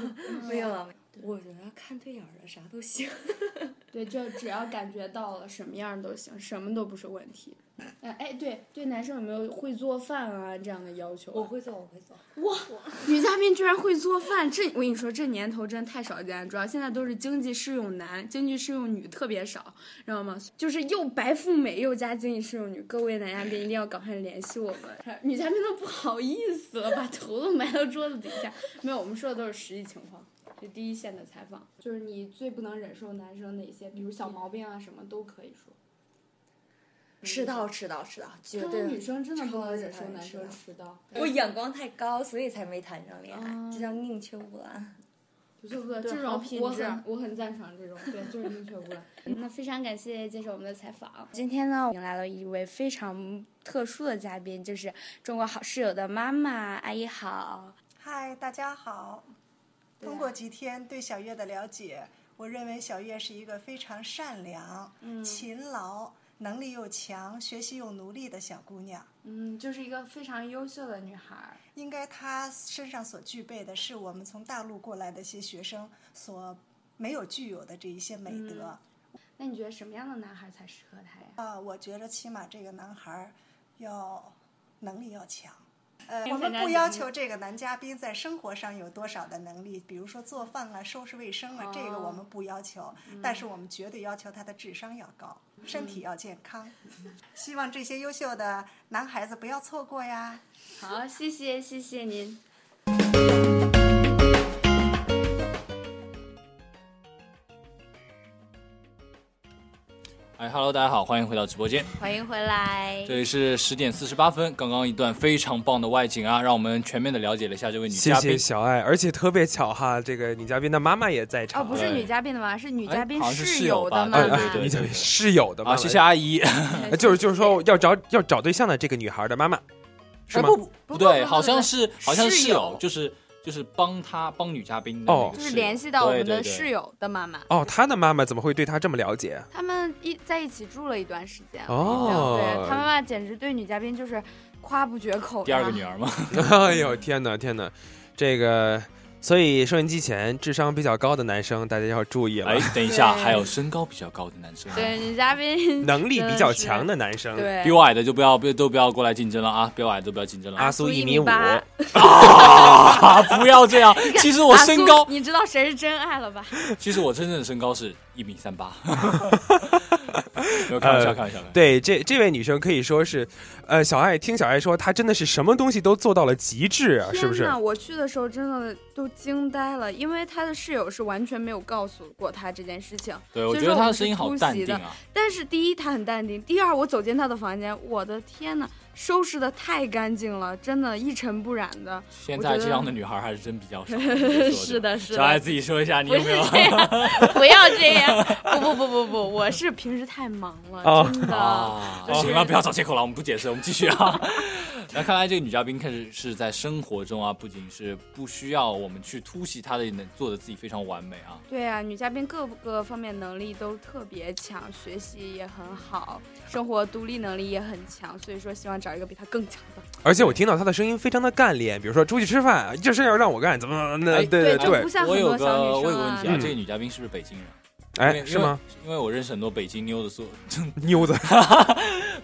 [SPEAKER 4] 没有 啊。我觉得看对眼儿的啥都行，
[SPEAKER 6] 对，就只要感觉到了什么样都行，什么都不是问题。哎哎，对对，男生有没有会做饭啊这样的要求、啊？
[SPEAKER 4] 我会做，我会做。
[SPEAKER 6] 哇，女嘉宾居然会做饭，这我跟你说，这年头真太少见了。主要现在都是经济适用男、经济适用女特别少，知道吗？就是又白富美又加经济适用女，各位男嘉宾一定要赶快联系我们。女嘉宾都不好意思了，把头都埋到桌子底下。没有，我们说的都是实际情况。就第一线的采访，就是你最不能忍受男生哪些，比如小毛病啊什么都可以说。
[SPEAKER 4] 迟到，迟到，迟到，绝对。
[SPEAKER 6] 女生真的不能忍受男生啊迟到。
[SPEAKER 4] 我眼光太高，所以才没谈上恋爱，嗯、这叫宁啊缺毋滥。
[SPEAKER 6] 不错不错，这种我很我很赞成这种，对，就是宁缺毋滥。嗯那非常感谢接受我们的采访。今天呢，迎来了一位非常特殊的嘉宾，就是中国好室友的妈妈阿姨好。
[SPEAKER 17] 嗨，大家好。
[SPEAKER 6] 啊
[SPEAKER 17] 通过几天对小月的了解，我认为小月是一个非常善良、
[SPEAKER 6] 嗯、
[SPEAKER 17] 勤劳、能力又强、学习又努力的小姑娘。
[SPEAKER 6] 嗯，就是一个非常优秀的女孩。
[SPEAKER 17] 应该她身上所具备的是我们从大陆过来的一些学生所没有具有的这一些美德。
[SPEAKER 6] 嗯、那你觉得什么样的男孩才适合她呀？
[SPEAKER 17] 啊，我觉得起码这个男孩要能力要强。呃，
[SPEAKER 6] 嗯、
[SPEAKER 17] 我们不要求这个男嘉宾在生活上有多少的能力，比如说做饭啊、收拾卫生啊，
[SPEAKER 6] 哦、
[SPEAKER 17] 这个我们不要求，
[SPEAKER 6] 嗯、
[SPEAKER 17] 但是我们绝对要求他的智商要高，身体要健康。 嗯、希望这些优秀的男孩子不要错过呀！
[SPEAKER 6] 好，谢谢，谢谢您。
[SPEAKER 5] 哎，Hello，大家好，欢迎回到直播间，
[SPEAKER 6] 欢迎回来。
[SPEAKER 5] 这里是十点四十八分，刚刚一段非常棒的外景啊，让我们全面的了解了一下这位女嘉
[SPEAKER 7] 宾小爱，而且特别巧哈，这个女嘉宾的妈妈也在场。啊
[SPEAKER 6] 哦，不是女嘉宾的妈妈，是
[SPEAKER 5] 哎
[SPEAKER 6] 女嘉宾
[SPEAKER 5] 室
[SPEAKER 6] 友
[SPEAKER 5] 的
[SPEAKER 6] 妈妈，
[SPEAKER 7] 女嘉宾室友的妈妈。
[SPEAKER 5] 啊谢谢阿姨，
[SPEAKER 7] 哎就是就是说要找要找对象的这个女孩的妈妈，是吗？
[SPEAKER 5] 哎不不对，好像是好像室友就是。就是帮他帮女嘉宾
[SPEAKER 7] 哦，
[SPEAKER 6] 就是联系到我们的室友的妈妈
[SPEAKER 7] 哦，他的妈妈怎么会对他这么了解？
[SPEAKER 6] 他们一在一起住了一段时间
[SPEAKER 7] 哦，
[SPEAKER 6] 对他妈妈简直对女嘉宾就是夸不绝口。
[SPEAKER 7] 哦
[SPEAKER 5] 第二个女儿吗？
[SPEAKER 7] 哎呦天哪天哪，这个。所以收音机前智商比较高的男生，大家要注意了。
[SPEAKER 5] 哎，等一下，还有身高比较高的男生，啊
[SPEAKER 20] 对女嘉宾
[SPEAKER 7] 能力比较强的男生，
[SPEAKER 20] 对
[SPEAKER 5] 比我矮的就不要，不都不要过来竞争了啊！比我矮的不要竞争了。
[SPEAKER 7] 阿苏一米五，
[SPEAKER 5] 啊！ 不要这样。其实我身
[SPEAKER 20] 阿
[SPEAKER 5] 高
[SPEAKER 20] 苏，你知道谁是真爱了吧？
[SPEAKER 5] 其实我真正的身高是一米三 八。没有开玩笑，开玩笑。开玩笑
[SPEAKER 7] 对，这这位女生可以说是，呃，小爱听小爱说，她真的是什么东西都做到了极致啊，是不是
[SPEAKER 6] 天？呐，我去的时候真的都惊呆了，因为他的室友是完全没有告诉过他这件事情。
[SPEAKER 5] 对，
[SPEAKER 6] 所
[SPEAKER 5] 我
[SPEAKER 6] 以
[SPEAKER 5] 觉
[SPEAKER 6] 说
[SPEAKER 5] 得他
[SPEAKER 6] 们
[SPEAKER 5] 的
[SPEAKER 6] 是
[SPEAKER 5] 声音好
[SPEAKER 6] 突
[SPEAKER 5] 淡
[SPEAKER 6] 袭
[SPEAKER 5] 定
[SPEAKER 6] 的
[SPEAKER 5] 啊。
[SPEAKER 6] 但是第一，他很淡定；第二，我走进他的房间，我的天呐，收拾的太干净了，真的，一尘不染的。
[SPEAKER 5] 现
[SPEAKER 6] 我
[SPEAKER 5] 在
[SPEAKER 6] 觉
[SPEAKER 5] 这
[SPEAKER 6] 得
[SPEAKER 5] 样的女孩还是真比 较少。
[SPEAKER 6] 是的，是的。
[SPEAKER 5] 小爱自己说一下，你有 没有？
[SPEAKER 6] 不要这样！不不不不不，我是平时太忙了，真的。
[SPEAKER 5] 啊，
[SPEAKER 6] 就是
[SPEAKER 5] 行了，不要找借口了，我们不解释，我们继续啊。 那看来这个女嘉宾开始是在生活中啊，不仅是不需要我们去突袭她的，能做的自己非常完美啊。
[SPEAKER 6] 对啊，女嘉宾各个方面能力都特别强，学习也很好，生活独立能力也很强，所以说希望找一个比她更强的。
[SPEAKER 7] 而且我听到她的声音非常的干练，比如说出去吃饭，这事儿要让我干，怎么怎么的？对
[SPEAKER 6] 就哎不像
[SPEAKER 5] 哎我
[SPEAKER 6] 很
[SPEAKER 5] 有
[SPEAKER 6] 多
[SPEAKER 5] 个
[SPEAKER 6] 小女
[SPEAKER 5] 我有
[SPEAKER 6] 生
[SPEAKER 5] 个问
[SPEAKER 6] 啊
[SPEAKER 5] 题啊，
[SPEAKER 7] 嗯
[SPEAKER 5] 这个女嘉宾是不是北京人？
[SPEAKER 7] 哎
[SPEAKER 5] 因为
[SPEAKER 7] 是吗？
[SPEAKER 5] 因为因为我认识很多北京妞的 做，
[SPEAKER 7] 妞子，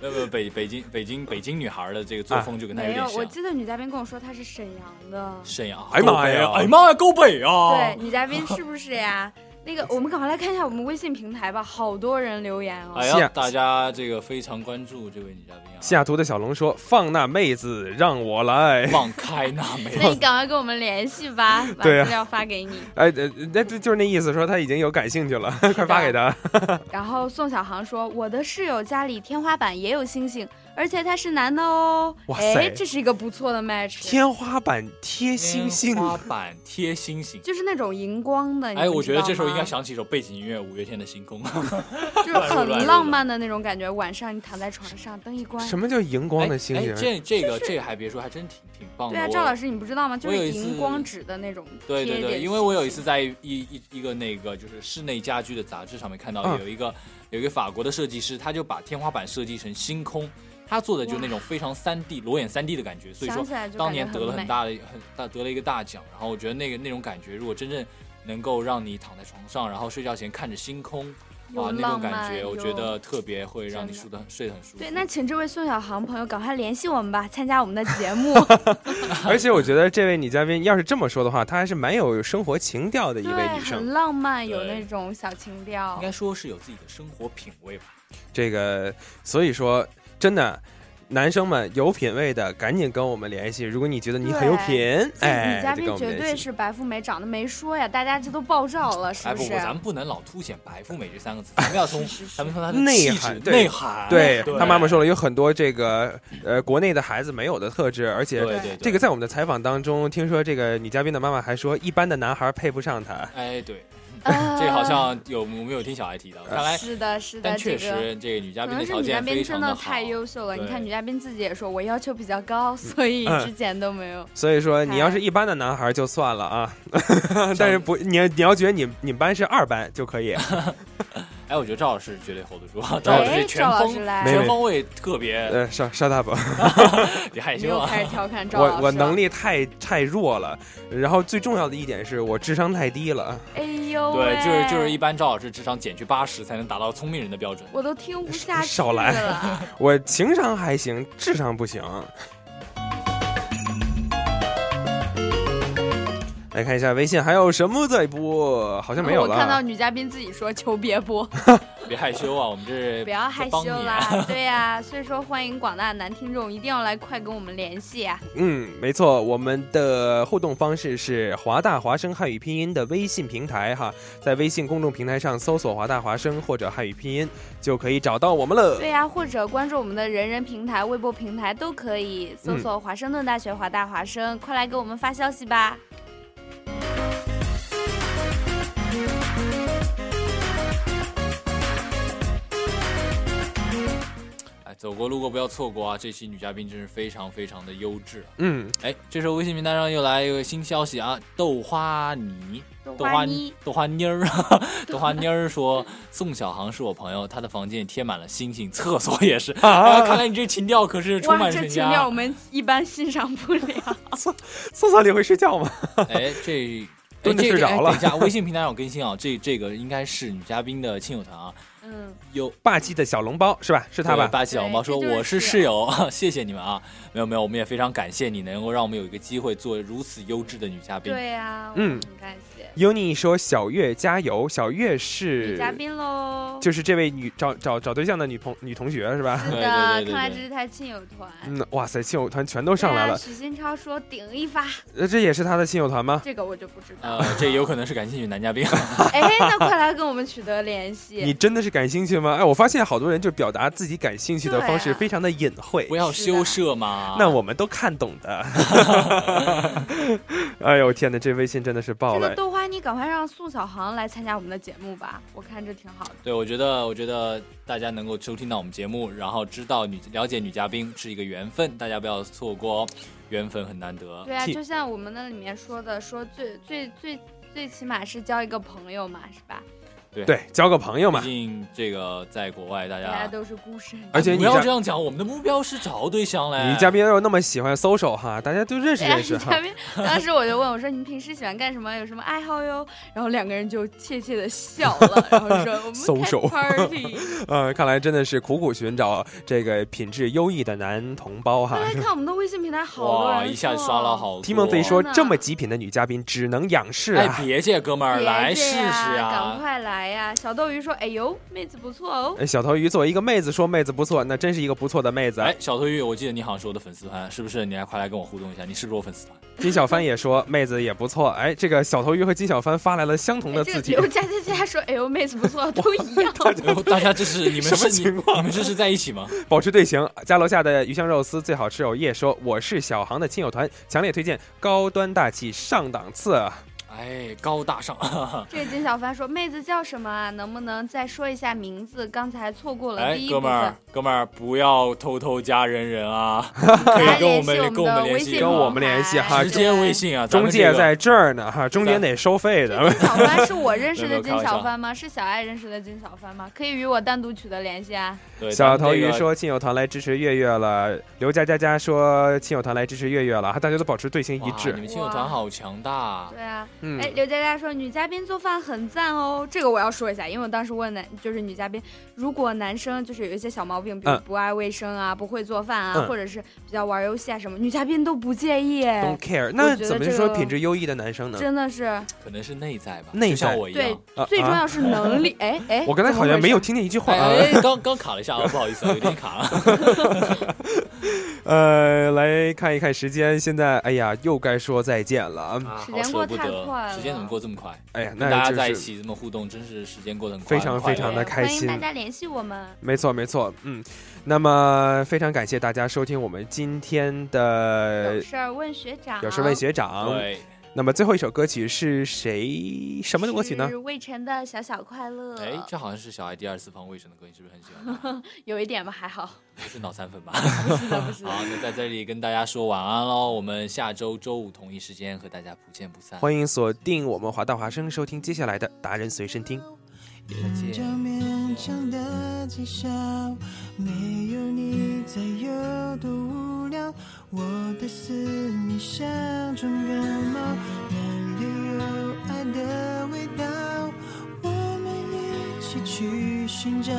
[SPEAKER 5] 没有没有北北京北京北京女孩的这个作风就跟她有
[SPEAKER 6] 没
[SPEAKER 5] 点
[SPEAKER 6] 有，我
[SPEAKER 5] 像。
[SPEAKER 6] 记得女嘉宾跟我说她是沈阳的。
[SPEAKER 5] 沈阳，
[SPEAKER 7] 哎呀妈呀
[SPEAKER 5] 哎呀妈呀，够北啊！
[SPEAKER 6] 对，女嘉宾是不是呀？那个，我们赶快来看一下我们微信平台吧，好多人留言哦。
[SPEAKER 5] 哎呀，大家这个非常关注这位女嘉宾啊，
[SPEAKER 7] 西雅图的小龙说：“放那妹子，让我来。”
[SPEAKER 5] 放开那妹
[SPEAKER 6] 那你赶快跟我们联系吧，把
[SPEAKER 7] 对啊
[SPEAKER 6] 资料发给你。
[SPEAKER 7] 哎，呃，那就就是那意思，说他已经有感兴趣了，快发给他。
[SPEAKER 6] 然后宋小航说：“我的室友家里天花板也有星星，而且他是男的哦。”
[SPEAKER 7] 哇塞
[SPEAKER 6] 哎，这是一个不错的 match，
[SPEAKER 7] 天花板贴星星，
[SPEAKER 5] 天花板贴星星。
[SPEAKER 6] 就是那种荧光的。你
[SPEAKER 5] 哎，
[SPEAKER 6] 们
[SPEAKER 5] 我
[SPEAKER 6] 知
[SPEAKER 5] 觉得
[SPEAKER 6] 道
[SPEAKER 5] 这时候应该
[SPEAKER 6] 吗
[SPEAKER 5] 想起一首背景音乐《五月天的星空》。
[SPEAKER 6] 就是很浪漫的那种感觉。晚上你躺在床上，灯一关，
[SPEAKER 7] 什么叫荧 光的星
[SPEAKER 5] 哎，
[SPEAKER 7] 星？
[SPEAKER 5] 这这个这个还别说，还真挺挺棒的。
[SPEAKER 6] 对啊，
[SPEAKER 5] 我
[SPEAKER 6] 赵老师你不知道吗？就
[SPEAKER 5] 我有
[SPEAKER 6] 是
[SPEAKER 5] 一次
[SPEAKER 6] 荧光纸的那种贴
[SPEAKER 5] 对
[SPEAKER 6] 一
[SPEAKER 5] 对
[SPEAKER 6] 点
[SPEAKER 5] 对，因为我有一次在一一一个那个就是室内家居的杂志上面看到
[SPEAKER 7] 嗯
[SPEAKER 5] 有一个、有一个法国的设计师，他就把天花板设计成星空，他做的就那种非常三 D 裸眼三 D 的感觉，所以说
[SPEAKER 6] 想起来就感觉
[SPEAKER 5] 当年得了
[SPEAKER 6] 很美
[SPEAKER 5] 很大的很大得了一个大奖。然后我觉得那个那种感觉，如果真正能够让你躺在床上，然后睡觉前看着星空。啊
[SPEAKER 6] 又
[SPEAKER 5] 哇，那种
[SPEAKER 6] 浪
[SPEAKER 5] 感觉，
[SPEAKER 6] 漫
[SPEAKER 5] 我觉
[SPEAKER 6] 又
[SPEAKER 5] 得特别会让你
[SPEAKER 6] 真的
[SPEAKER 5] 睡得很睡得很舒服。
[SPEAKER 6] 对，那请这位宋小航朋友赶快联系我们吧，参加我们的节目。
[SPEAKER 7] 而且我觉得这位女嘉宾要是这么说的话，她还是蛮有生活情调的一位
[SPEAKER 6] 对，
[SPEAKER 7] 女生
[SPEAKER 6] 很。浪漫，有
[SPEAKER 5] 对
[SPEAKER 6] 那种小情调。
[SPEAKER 5] 应该说是有自己的生活品味吧。
[SPEAKER 7] 这个，所以说真的，男生们有品位的，赶紧跟我们联系。如果你觉得你很有品，
[SPEAKER 6] 这
[SPEAKER 7] 哎，
[SPEAKER 6] 女嘉
[SPEAKER 7] 就跟
[SPEAKER 6] 宾
[SPEAKER 7] 我
[SPEAKER 6] 绝
[SPEAKER 7] 们
[SPEAKER 6] 对
[SPEAKER 7] 联系。
[SPEAKER 6] 是白富美，长得没说呀，大家这都爆照了，是
[SPEAKER 5] 哎
[SPEAKER 6] 是啊
[SPEAKER 5] 不，？咱们不能老凸显“白富美”这三个字，咱们要从咱们从她的
[SPEAKER 7] 内
[SPEAKER 5] 气质
[SPEAKER 7] 涵，对
[SPEAKER 5] 内涵。
[SPEAKER 7] 对
[SPEAKER 5] 对
[SPEAKER 7] 他妈妈说了，有很多这个呃国内的孩子没有的特质，而且
[SPEAKER 5] 对对对
[SPEAKER 7] 这个在我们的采访当中，听说这个女嘉宾的妈妈还说，一般的男孩配不上她。
[SPEAKER 5] 哎，对，
[SPEAKER 6] 啊
[SPEAKER 5] 这个 好像有我没有听小爱提到，看来
[SPEAKER 6] 呃是的，是的，
[SPEAKER 5] 但确
[SPEAKER 6] 这个
[SPEAKER 5] 实这个女嘉
[SPEAKER 6] 可
[SPEAKER 5] 宾
[SPEAKER 6] 能
[SPEAKER 5] 的
[SPEAKER 6] 是
[SPEAKER 5] 条
[SPEAKER 6] 女嘉
[SPEAKER 5] 件非
[SPEAKER 6] 宾真
[SPEAKER 5] 常
[SPEAKER 6] 的
[SPEAKER 5] 的
[SPEAKER 6] 太
[SPEAKER 5] 好。
[SPEAKER 6] 优秀了，你看
[SPEAKER 5] 对
[SPEAKER 6] 女嘉宾自己也说，我要求比较高，所以
[SPEAKER 7] 嗯
[SPEAKER 6] 之前都没有。
[SPEAKER 7] 所以说，你要
[SPEAKER 6] 哎
[SPEAKER 7] 是一般的男孩就算了 啊，但是不，你你要觉得你你们班是二班就可 以。
[SPEAKER 5] 哎，我觉得赵老师绝对 hold 得住，啊赵老师这
[SPEAKER 6] 哎
[SPEAKER 5] 全
[SPEAKER 6] 赵老
[SPEAKER 5] 方
[SPEAKER 6] 师来
[SPEAKER 7] 没
[SPEAKER 5] 全
[SPEAKER 7] 没
[SPEAKER 5] 方位特别，
[SPEAKER 7] 呃，上上大吧。
[SPEAKER 5] 你害
[SPEAKER 6] 你
[SPEAKER 5] 羞
[SPEAKER 6] 又
[SPEAKER 5] 啊？
[SPEAKER 6] 开始调 侃赵老师啊
[SPEAKER 7] 我
[SPEAKER 6] 了。
[SPEAKER 7] 我能力太太弱了，然后最重要的一点是我智商太低了。
[SPEAKER 6] 哎呦喂，
[SPEAKER 5] 对，就是就是一般赵老师智商减去八十才能达到聪明人的标准。
[SPEAKER 6] 我都听不下去
[SPEAKER 7] 少来
[SPEAKER 6] 了。
[SPEAKER 7] 我情商还行，智商不行。来看一下微信还有什么在播，好像 没有
[SPEAKER 6] 我看到
[SPEAKER 7] 了。
[SPEAKER 6] 女嘉宾自己说求别播，
[SPEAKER 5] 别害羞啊，我们这
[SPEAKER 6] 不要害羞
[SPEAKER 5] 在帮
[SPEAKER 6] 啦
[SPEAKER 5] 你，啊
[SPEAKER 6] 对呀、所以说欢迎广大男听众一定要来快跟我们联系啊。
[SPEAKER 7] 嗯，没错，我们的互动方式是华大华声汉语拼音的微信平台哈，在微信公众平台上搜索“华大华声”或者“汉语拼音”，就可以找到我们了。
[SPEAKER 6] 对呀、或者关注我们的人人平台、微博平台都可以，搜
[SPEAKER 7] 嗯
[SPEAKER 6] 索华盛顿大学华大华生，快来给我们发消息吧。
[SPEAKER 5] 哎，走过路过不要错过啊！这期女嘉宾真是非常非常的优质。
[SPEAKER 7] 嗯，
[SPEAKER 5] 哎，这时候微信名单上又来一个新消息啊！豆花泥，
[SPEAKER 21] 豆
[SPEAKER 5] 花
[SPEAKER 21] 花泥
[SPEAKER 5] 豆花妮儿，豆花妮儿说，宋小航是我朋友，他的房间贴满了星星，厕所也是。啊，看来你这情调可是充
[SPEAKER 6] 哇，
[SPEAKER 5] 满
[SPEAKER 6] 这
[SPEAKER 5] 人
[SPEAKER 6] 情调
[SPEAKER 5] 家
[SPEAKER 6] 我。们一般欣赏不 了。
[SPEAKER 7] 厕所里会睡觉吗？
[SPEAKER 5] 哎，这。哎
[SPEAKER 7] 蹲着
[SPEAKER 5] 这个
[SPEAKER 7] 睡着
[SPEAKER 5] 哎
[SPEAKER 7] 了
[SPEAKER 5] 等一下，微信平台上有更新啊，这这个应该是女嘉宾的亲友团啊，
[SPEAKER 6] 嗯，
[SPEAKER 5] 有
[SPEAKER 7] 霸气的小笼包是吧？是他吧？
[SPEAKER 5] 对霸气小笼包说我是室友， 谢谢你们啊！没有没有，我们也非常感谢你能够让我们有一个机会做如此优质的女嘉宾。
[SPEAKER 6] 对呀，
[SPEAKER 7] 嗯
[SPEAKER 6] 很感谢。
[SPEAKER 7] ，Uni 说小月加油，小月是
[SPEAKER 6] 女嘉宾喽，
[SPEAKER 7] 就是这位女找找找对象的女朋女同学是吧？
[SPEAKER 6] 是的，看来这是他亲友团。
[SPEAKER 7] 嗯，哇塞，亲友团全都上来
[SPEAKER 6] 对啊
[SPEAKER 7] 了，
[SPEAKER 6] 许新超说顶一发，
[SPEAKER 7] 呃，这也是他的亲友团吗？
[SPEAKER 6] 这个我就不知
[SPEAKER 7] 啊
[SPEAKER 6] 道。
[SPEAKER 5] 呃，这有可能是感兴趣男嘉宾。
[SPEAKER 6] 哎，那快来跟我们取得联系。
[SPEAKER 7] 你真的是感兴趣吗？哎，我发现好多人就表达自己感兴趣的方式
[SPEAKER 6] 对啊啊
[SPEAKER 7] 非常的隐晦，
[SPEAKER 5] 不要羞涩嘛。
[SPEAKER 7] 那我们都看懂 的。哎呦天哪，这微信真的是爆
[SPEAKER 6] 这
[SPEAKER 7] 了
[SPEAKER 6] 个！豆花，你赶快让宋小航来参加我们的节目吧，我看这挺好的。
[SPEAKER 5] 对，我觉得，我觉得大家能够收听到我们节目，然后知道女了解女嘉宾是一个缘分，大家不要错过哦，缘分很难得。
[SPEAKER 6] 对啊，就像我们那里面说的，说最最最最起码是交一个朋友嘛，是吧？
[SPEAKER 5] 对
[SPEAKER 7] 对，交个朋友嘛
[SPEAKER 5] 毕。竟这个在国外大
[SPEAKER 6] 大家
[SPEAKER 5] 家，
[SPEAKER 6] 都是孤身一人，
[SPEAKER 7] 而且
[SPEAKER 5] 不
[SPEAKER 7] 你
[SPEAKER 5] 要
[SPEAKER 7] 家
[SPEAKER 5] 这样讲，我们的目标是找对象嘞。
[SPEAKER 7] 女嘉宾又那么喜欢 social 哈，大家就认识
[SPEAKER 6] 对啊，
[SPEAKER 7] 认
[SPEAKER 6] 女
[SPEAKER 7] 识哈
[SPEAKER 6] 嘉。宾，当时我就问我说：“你平时喜欢干什么？有什么爱好哟？”然后两个人就怯怯的笑了，然后说：“我们开
[SPEAKER 7] social
[SPEAKER 6] party。
[SPEAKER 7] 呃，看来真的是苦苦寻找这个品质优异的男同胞”哈
[SPEAKER 6] 后。来
[SPEAKER 7] 是吧
[SPEAKER 6] 看我们的微信平台好多
[SPEAKER 5] 哇，
[SPEAKER 6] 人，
[SPEAKER 5] 一下刷了好多。
[SPEAKER 7] Timothy 说，
[SPEAKER 6] 真的
[SPEAKER 7] 这么极品的女嘉宾只能仰视
[SPEAKER 5] 哎
[SPEAKER 7] 啊，！
[SPEAKER 5] 别介，哥们儿，
[SPEAKER 6] 别
[SPEAKER 5] 来试
[SPEAKER 6] 介
[SPEAKER 5] 试
[SPEAKER 6] 呀啊赶
[SPEAKER 5] 呀！
[SPEAKER 6] 快来呀！小斗鱼说：“哎呦，妹子不错哦。
[SPEAKER 7] 哎小头鱼作为一个妹子说妹子不错，那真是一个不错的妹子。啊
[SPEAKER 5] 哎，小头鱼，我记得你好像是我的粉丝团，是不是？你来快来跟我互动一下，你是不是我粉丝 团？
[SPEAKER 7] 金小帆也 说妹子也不错。哎，这个小头鱼和金小帆发来了相同”
[SPEAKER 5] 哎
[SPEAKER 7] 的
[SPEAKER 6] 这
[SPEAKER 7] 字
[SPEAKER 6] 个
[SPEAKER 7] 体。
[SPEAKER 6] 刘佳佳佳说：“哎呦，妹子不 错，都一样。
[SPEAKER 5] 哎大家这是你们
[SPEAKER 7] 什么
[SPEAKER 5] 是你你们这是在一起吗？
[SPEAKER 7] 保持队形。家楼下的鱼香肉丝最好吃有夜说我是小航的亲友团，强烈推荐，高端大气上档次。啊
[SPEAKER 5] 哎，高大上。
[SPEAKER 6] 这个金小帆说：“妹子叫什么啊？能不能再说一下名字？刚才错过了
[SPEAKER 5] 哎
[SPEAKER 6] 第，一
[SPEAKER 5] 哥
[SPEAKER 6] 部
[SPEAKER 5] 们
[SPEAKER 6] 分
[SPEAKER 5] 儿。，哥们儿，不要偷偷加人人 啊！ 可以跟我
[SPEAKER 6] 联系我
[SPEAKER 5] 们
[SPEAKER 6] 们
[SPEAKER 5] 跟我
[SPEAKER 6] 的
[SPEAKER 5] 们
[SPEAKER 6] 微
[SPEAKER 5] 联系，
[SPEAKER 6] 信
[SPEAKER 7] 跟我们联系哈，
[SPEAKER 5] 直接微信啊！咱
[SPEAKER 7] 中
[SPEAKER 5] 们这
[SPEAKER 7] 介
[SPEAKER 5] 个
[SPEAKER 7] 在这儿呢哈，中间得收费的。
[SPEAKER 6] 小帆是我认识
[SPEAKER 7] 没
[SPEAKER 6] 的
[SPEAKER 7] 有
[SPEAKER 6] 金
[SPEAKER 7] 开玩
[SPEAKER 6] 小
[SPEAKER 7] 笑
[SPEAKER 6] 帆吗？是小爱认识的金小帆吗？可以与我单独取得联系啊。
[SPEAKER 5] 对
[SPEAKER 7] 小头鱼，
[SPEAKER 5] 咱们这个
[SPEAKER 7] 说亲友团来支持月月了，刘佳佳佳说亲友团来支持月月了，哈大家都保持队形一致
[SPEAKER 5] 哇你。们亲友团好强大啊！
[SPEAKER 6] 对啊，
[SPEAKER 7] 嗯
[SPEAKER 6] 哎，刘佳佳说女嘉宾做饭很赞哦，这个我要说一下，因为我当时问男就是女嘉宾，如果男生就是有一些小毛病，比如
[SPEAKER 7] 嗯
[SPEAKER 6] 不爱卫生啊、不会做饭啊，
[SPEAKER 7] 嗯
[SPEAKER 6] 或者是比较玩游戏啊什么，女嘉宾都不介意哎。
[SPEAKER 7] Don't care，
[SPEAKER 6] 我
[SPEAKER 7] 那
[SPEAKER 6] 觉得
[SPEAKER 7] 怎么
[SPEAKER 6] 这
[SPEAKER 7] 就说
[SPEAKER 6] 个
[SPEAKER 7] 品质优异的男生呢？
[SPEAKER 6] 真的是
[SPEAKER 5] 可能是内在吧，
[SPEAKER 7] 内
[SPEAKER 5] 就像
[SPEAKER 7] 在
[SPEAKER 5] 我一
[SPEAKER 6] 对
[SPEAKER 5] 样。，
[SPEAKER 7] 啊
[SPEAKER 6] 最重
[SPEAKER 7] 啊
[SPEAKER 6] 要是能 力。哎哎，
[SPEAKER 7] 我刚才
[SPEAKER 6] 怎么
[SPEAKER 7] 好像
[SPEAKER 6] 回
[SPEAKER 7] 没有
[SPEAKER 6] 事
[SPEAKER 7] 听见一句话
[SPEAKER 5] 哎
[SPEAKER 7] 啊。
[SPEAKER 5] 哎，刚刚卡了一下啊，不好意思，啊，有点卡了。
[SPEAKER 7] 呃，来看一看时间，现在哎呀，又该说再见了啊！
[SPEAKER 5] 好
[SPEAKER 6] 间
[SPEAKER 5] 舍
[SPEAKER 6] 过
[SPEAKER 5] 不
[SPEAKER 6] 太快
[SPEAKER 5] 得，时间怎么
[SPEAKER 6] 了
[SPEAKER 5] 过这么快？
[SPEAKER 7] 哎呀
[SPEAKER 5] 跟
[SPEAKER 7] 那
[SPEAKER 5] 大家
[SPEAKER 7] 就
[SPEAKER 5] 在一
[SPEAKER 7] 是
[SPEAKER 5] 起这么互动，真是时间过得很快，
[SPEAKER 7] 非常
[SPEAKER 5] 很快
[SPEAKER 7] 非常
[SPEAKER 5] 乐
[SPEAKER 7] 的开
[SPEAKER 6] 欢迎
[SPEAKER 7] 心
[SPEAKER 6] 大。家联系我们。
[SPEAKER 7] 没错，没错，嗯，那么非常感谢大家收听我们今天的
[SPEAKER 6] 有事儿问学长。啊
[SPEAKER 7] 呃有事问学长。
[SPEAKER 5] 对，
[SPEAKER 7] 那么最后一首歌曲是谁什么歌曲呢
[SPEAKER 6] 是？魏晨的小小快乐。
[SPEAKER 5] 哎，这好像是小爱第二次放魏晨的歌，你是不是很喜欢？
[SPEAKER 6] 有一点吧，还好。
[SPEAKER 5] 不是脑残粉吧？
[SPEAKER 6] 不是的，不是的。
[SPEAKER 5] 好，那在这里跟大家说晚安喽，我们下周周五同一时间和大家不见不散。
[SPEAKER 7] 欢迎锁定我们华大华生，收听接下来的达人随身听。
[SPEAKER 5] 再
[SPEAKER 8] 着
[SPEAKER 5] 见。
[SPEAKER 8] 勉强的讥笑，没有你才有多无聊。我的思念像重感冒，哪里有爱的味道？我们一起去寻找，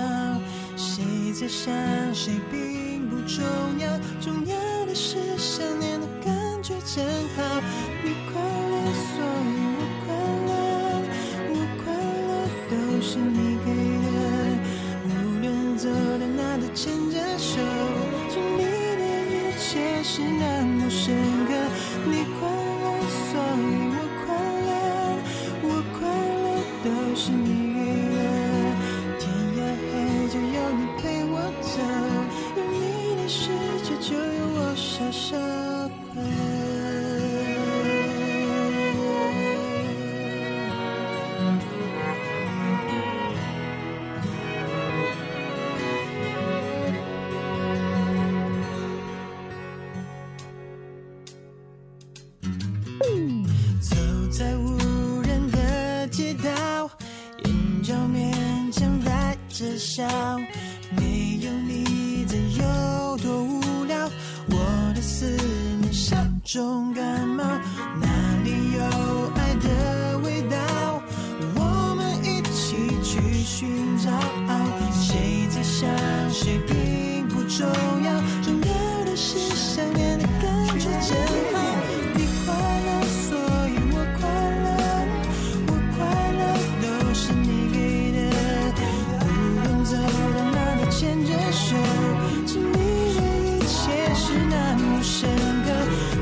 [SPEAKER 8] 谁在想谁并不重要，重要的是想念的感觉真好。你快乐，所以我快乐，我快乐都是你给的。无论走到哪都牵着手，经历的一切是那么深刻。你快乐，所以我快乐，我快乐都是你给的。天涯海角有你陪我走，有你的世界就有我小小快乐。的笑，没有你怎有多无聊？我的思念像种感冒，哪里有爱的味道？我们一起去寻找，谁在想谁并不重要，重要的是想念的感觉真好。你快乐，所以我快乐，我快乐都是你给的。不用走到哪都牵着手，经历的一切是那么深刻。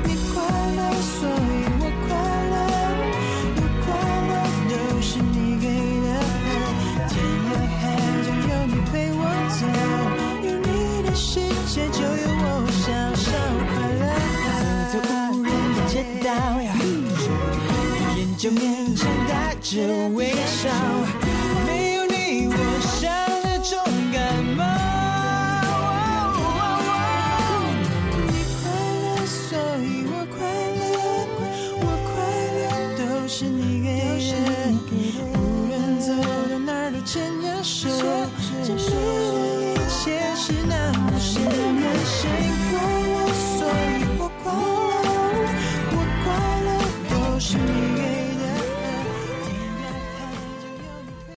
[SPEAKER 8] 你快乐，所以我快乐，我快乐都是你给的。天涯海角有你陪我走，有你的世界就有我小小快乐。走在无人的街道呀，你眼角面上带着微笑，没有你我像那种感冒。你快乐，所以我快乐，我快乐都是你给的。无论走到哪儿都牵着手，这世的一切是那么深刻。谁快乐，所以我快乐，我快乐都是你。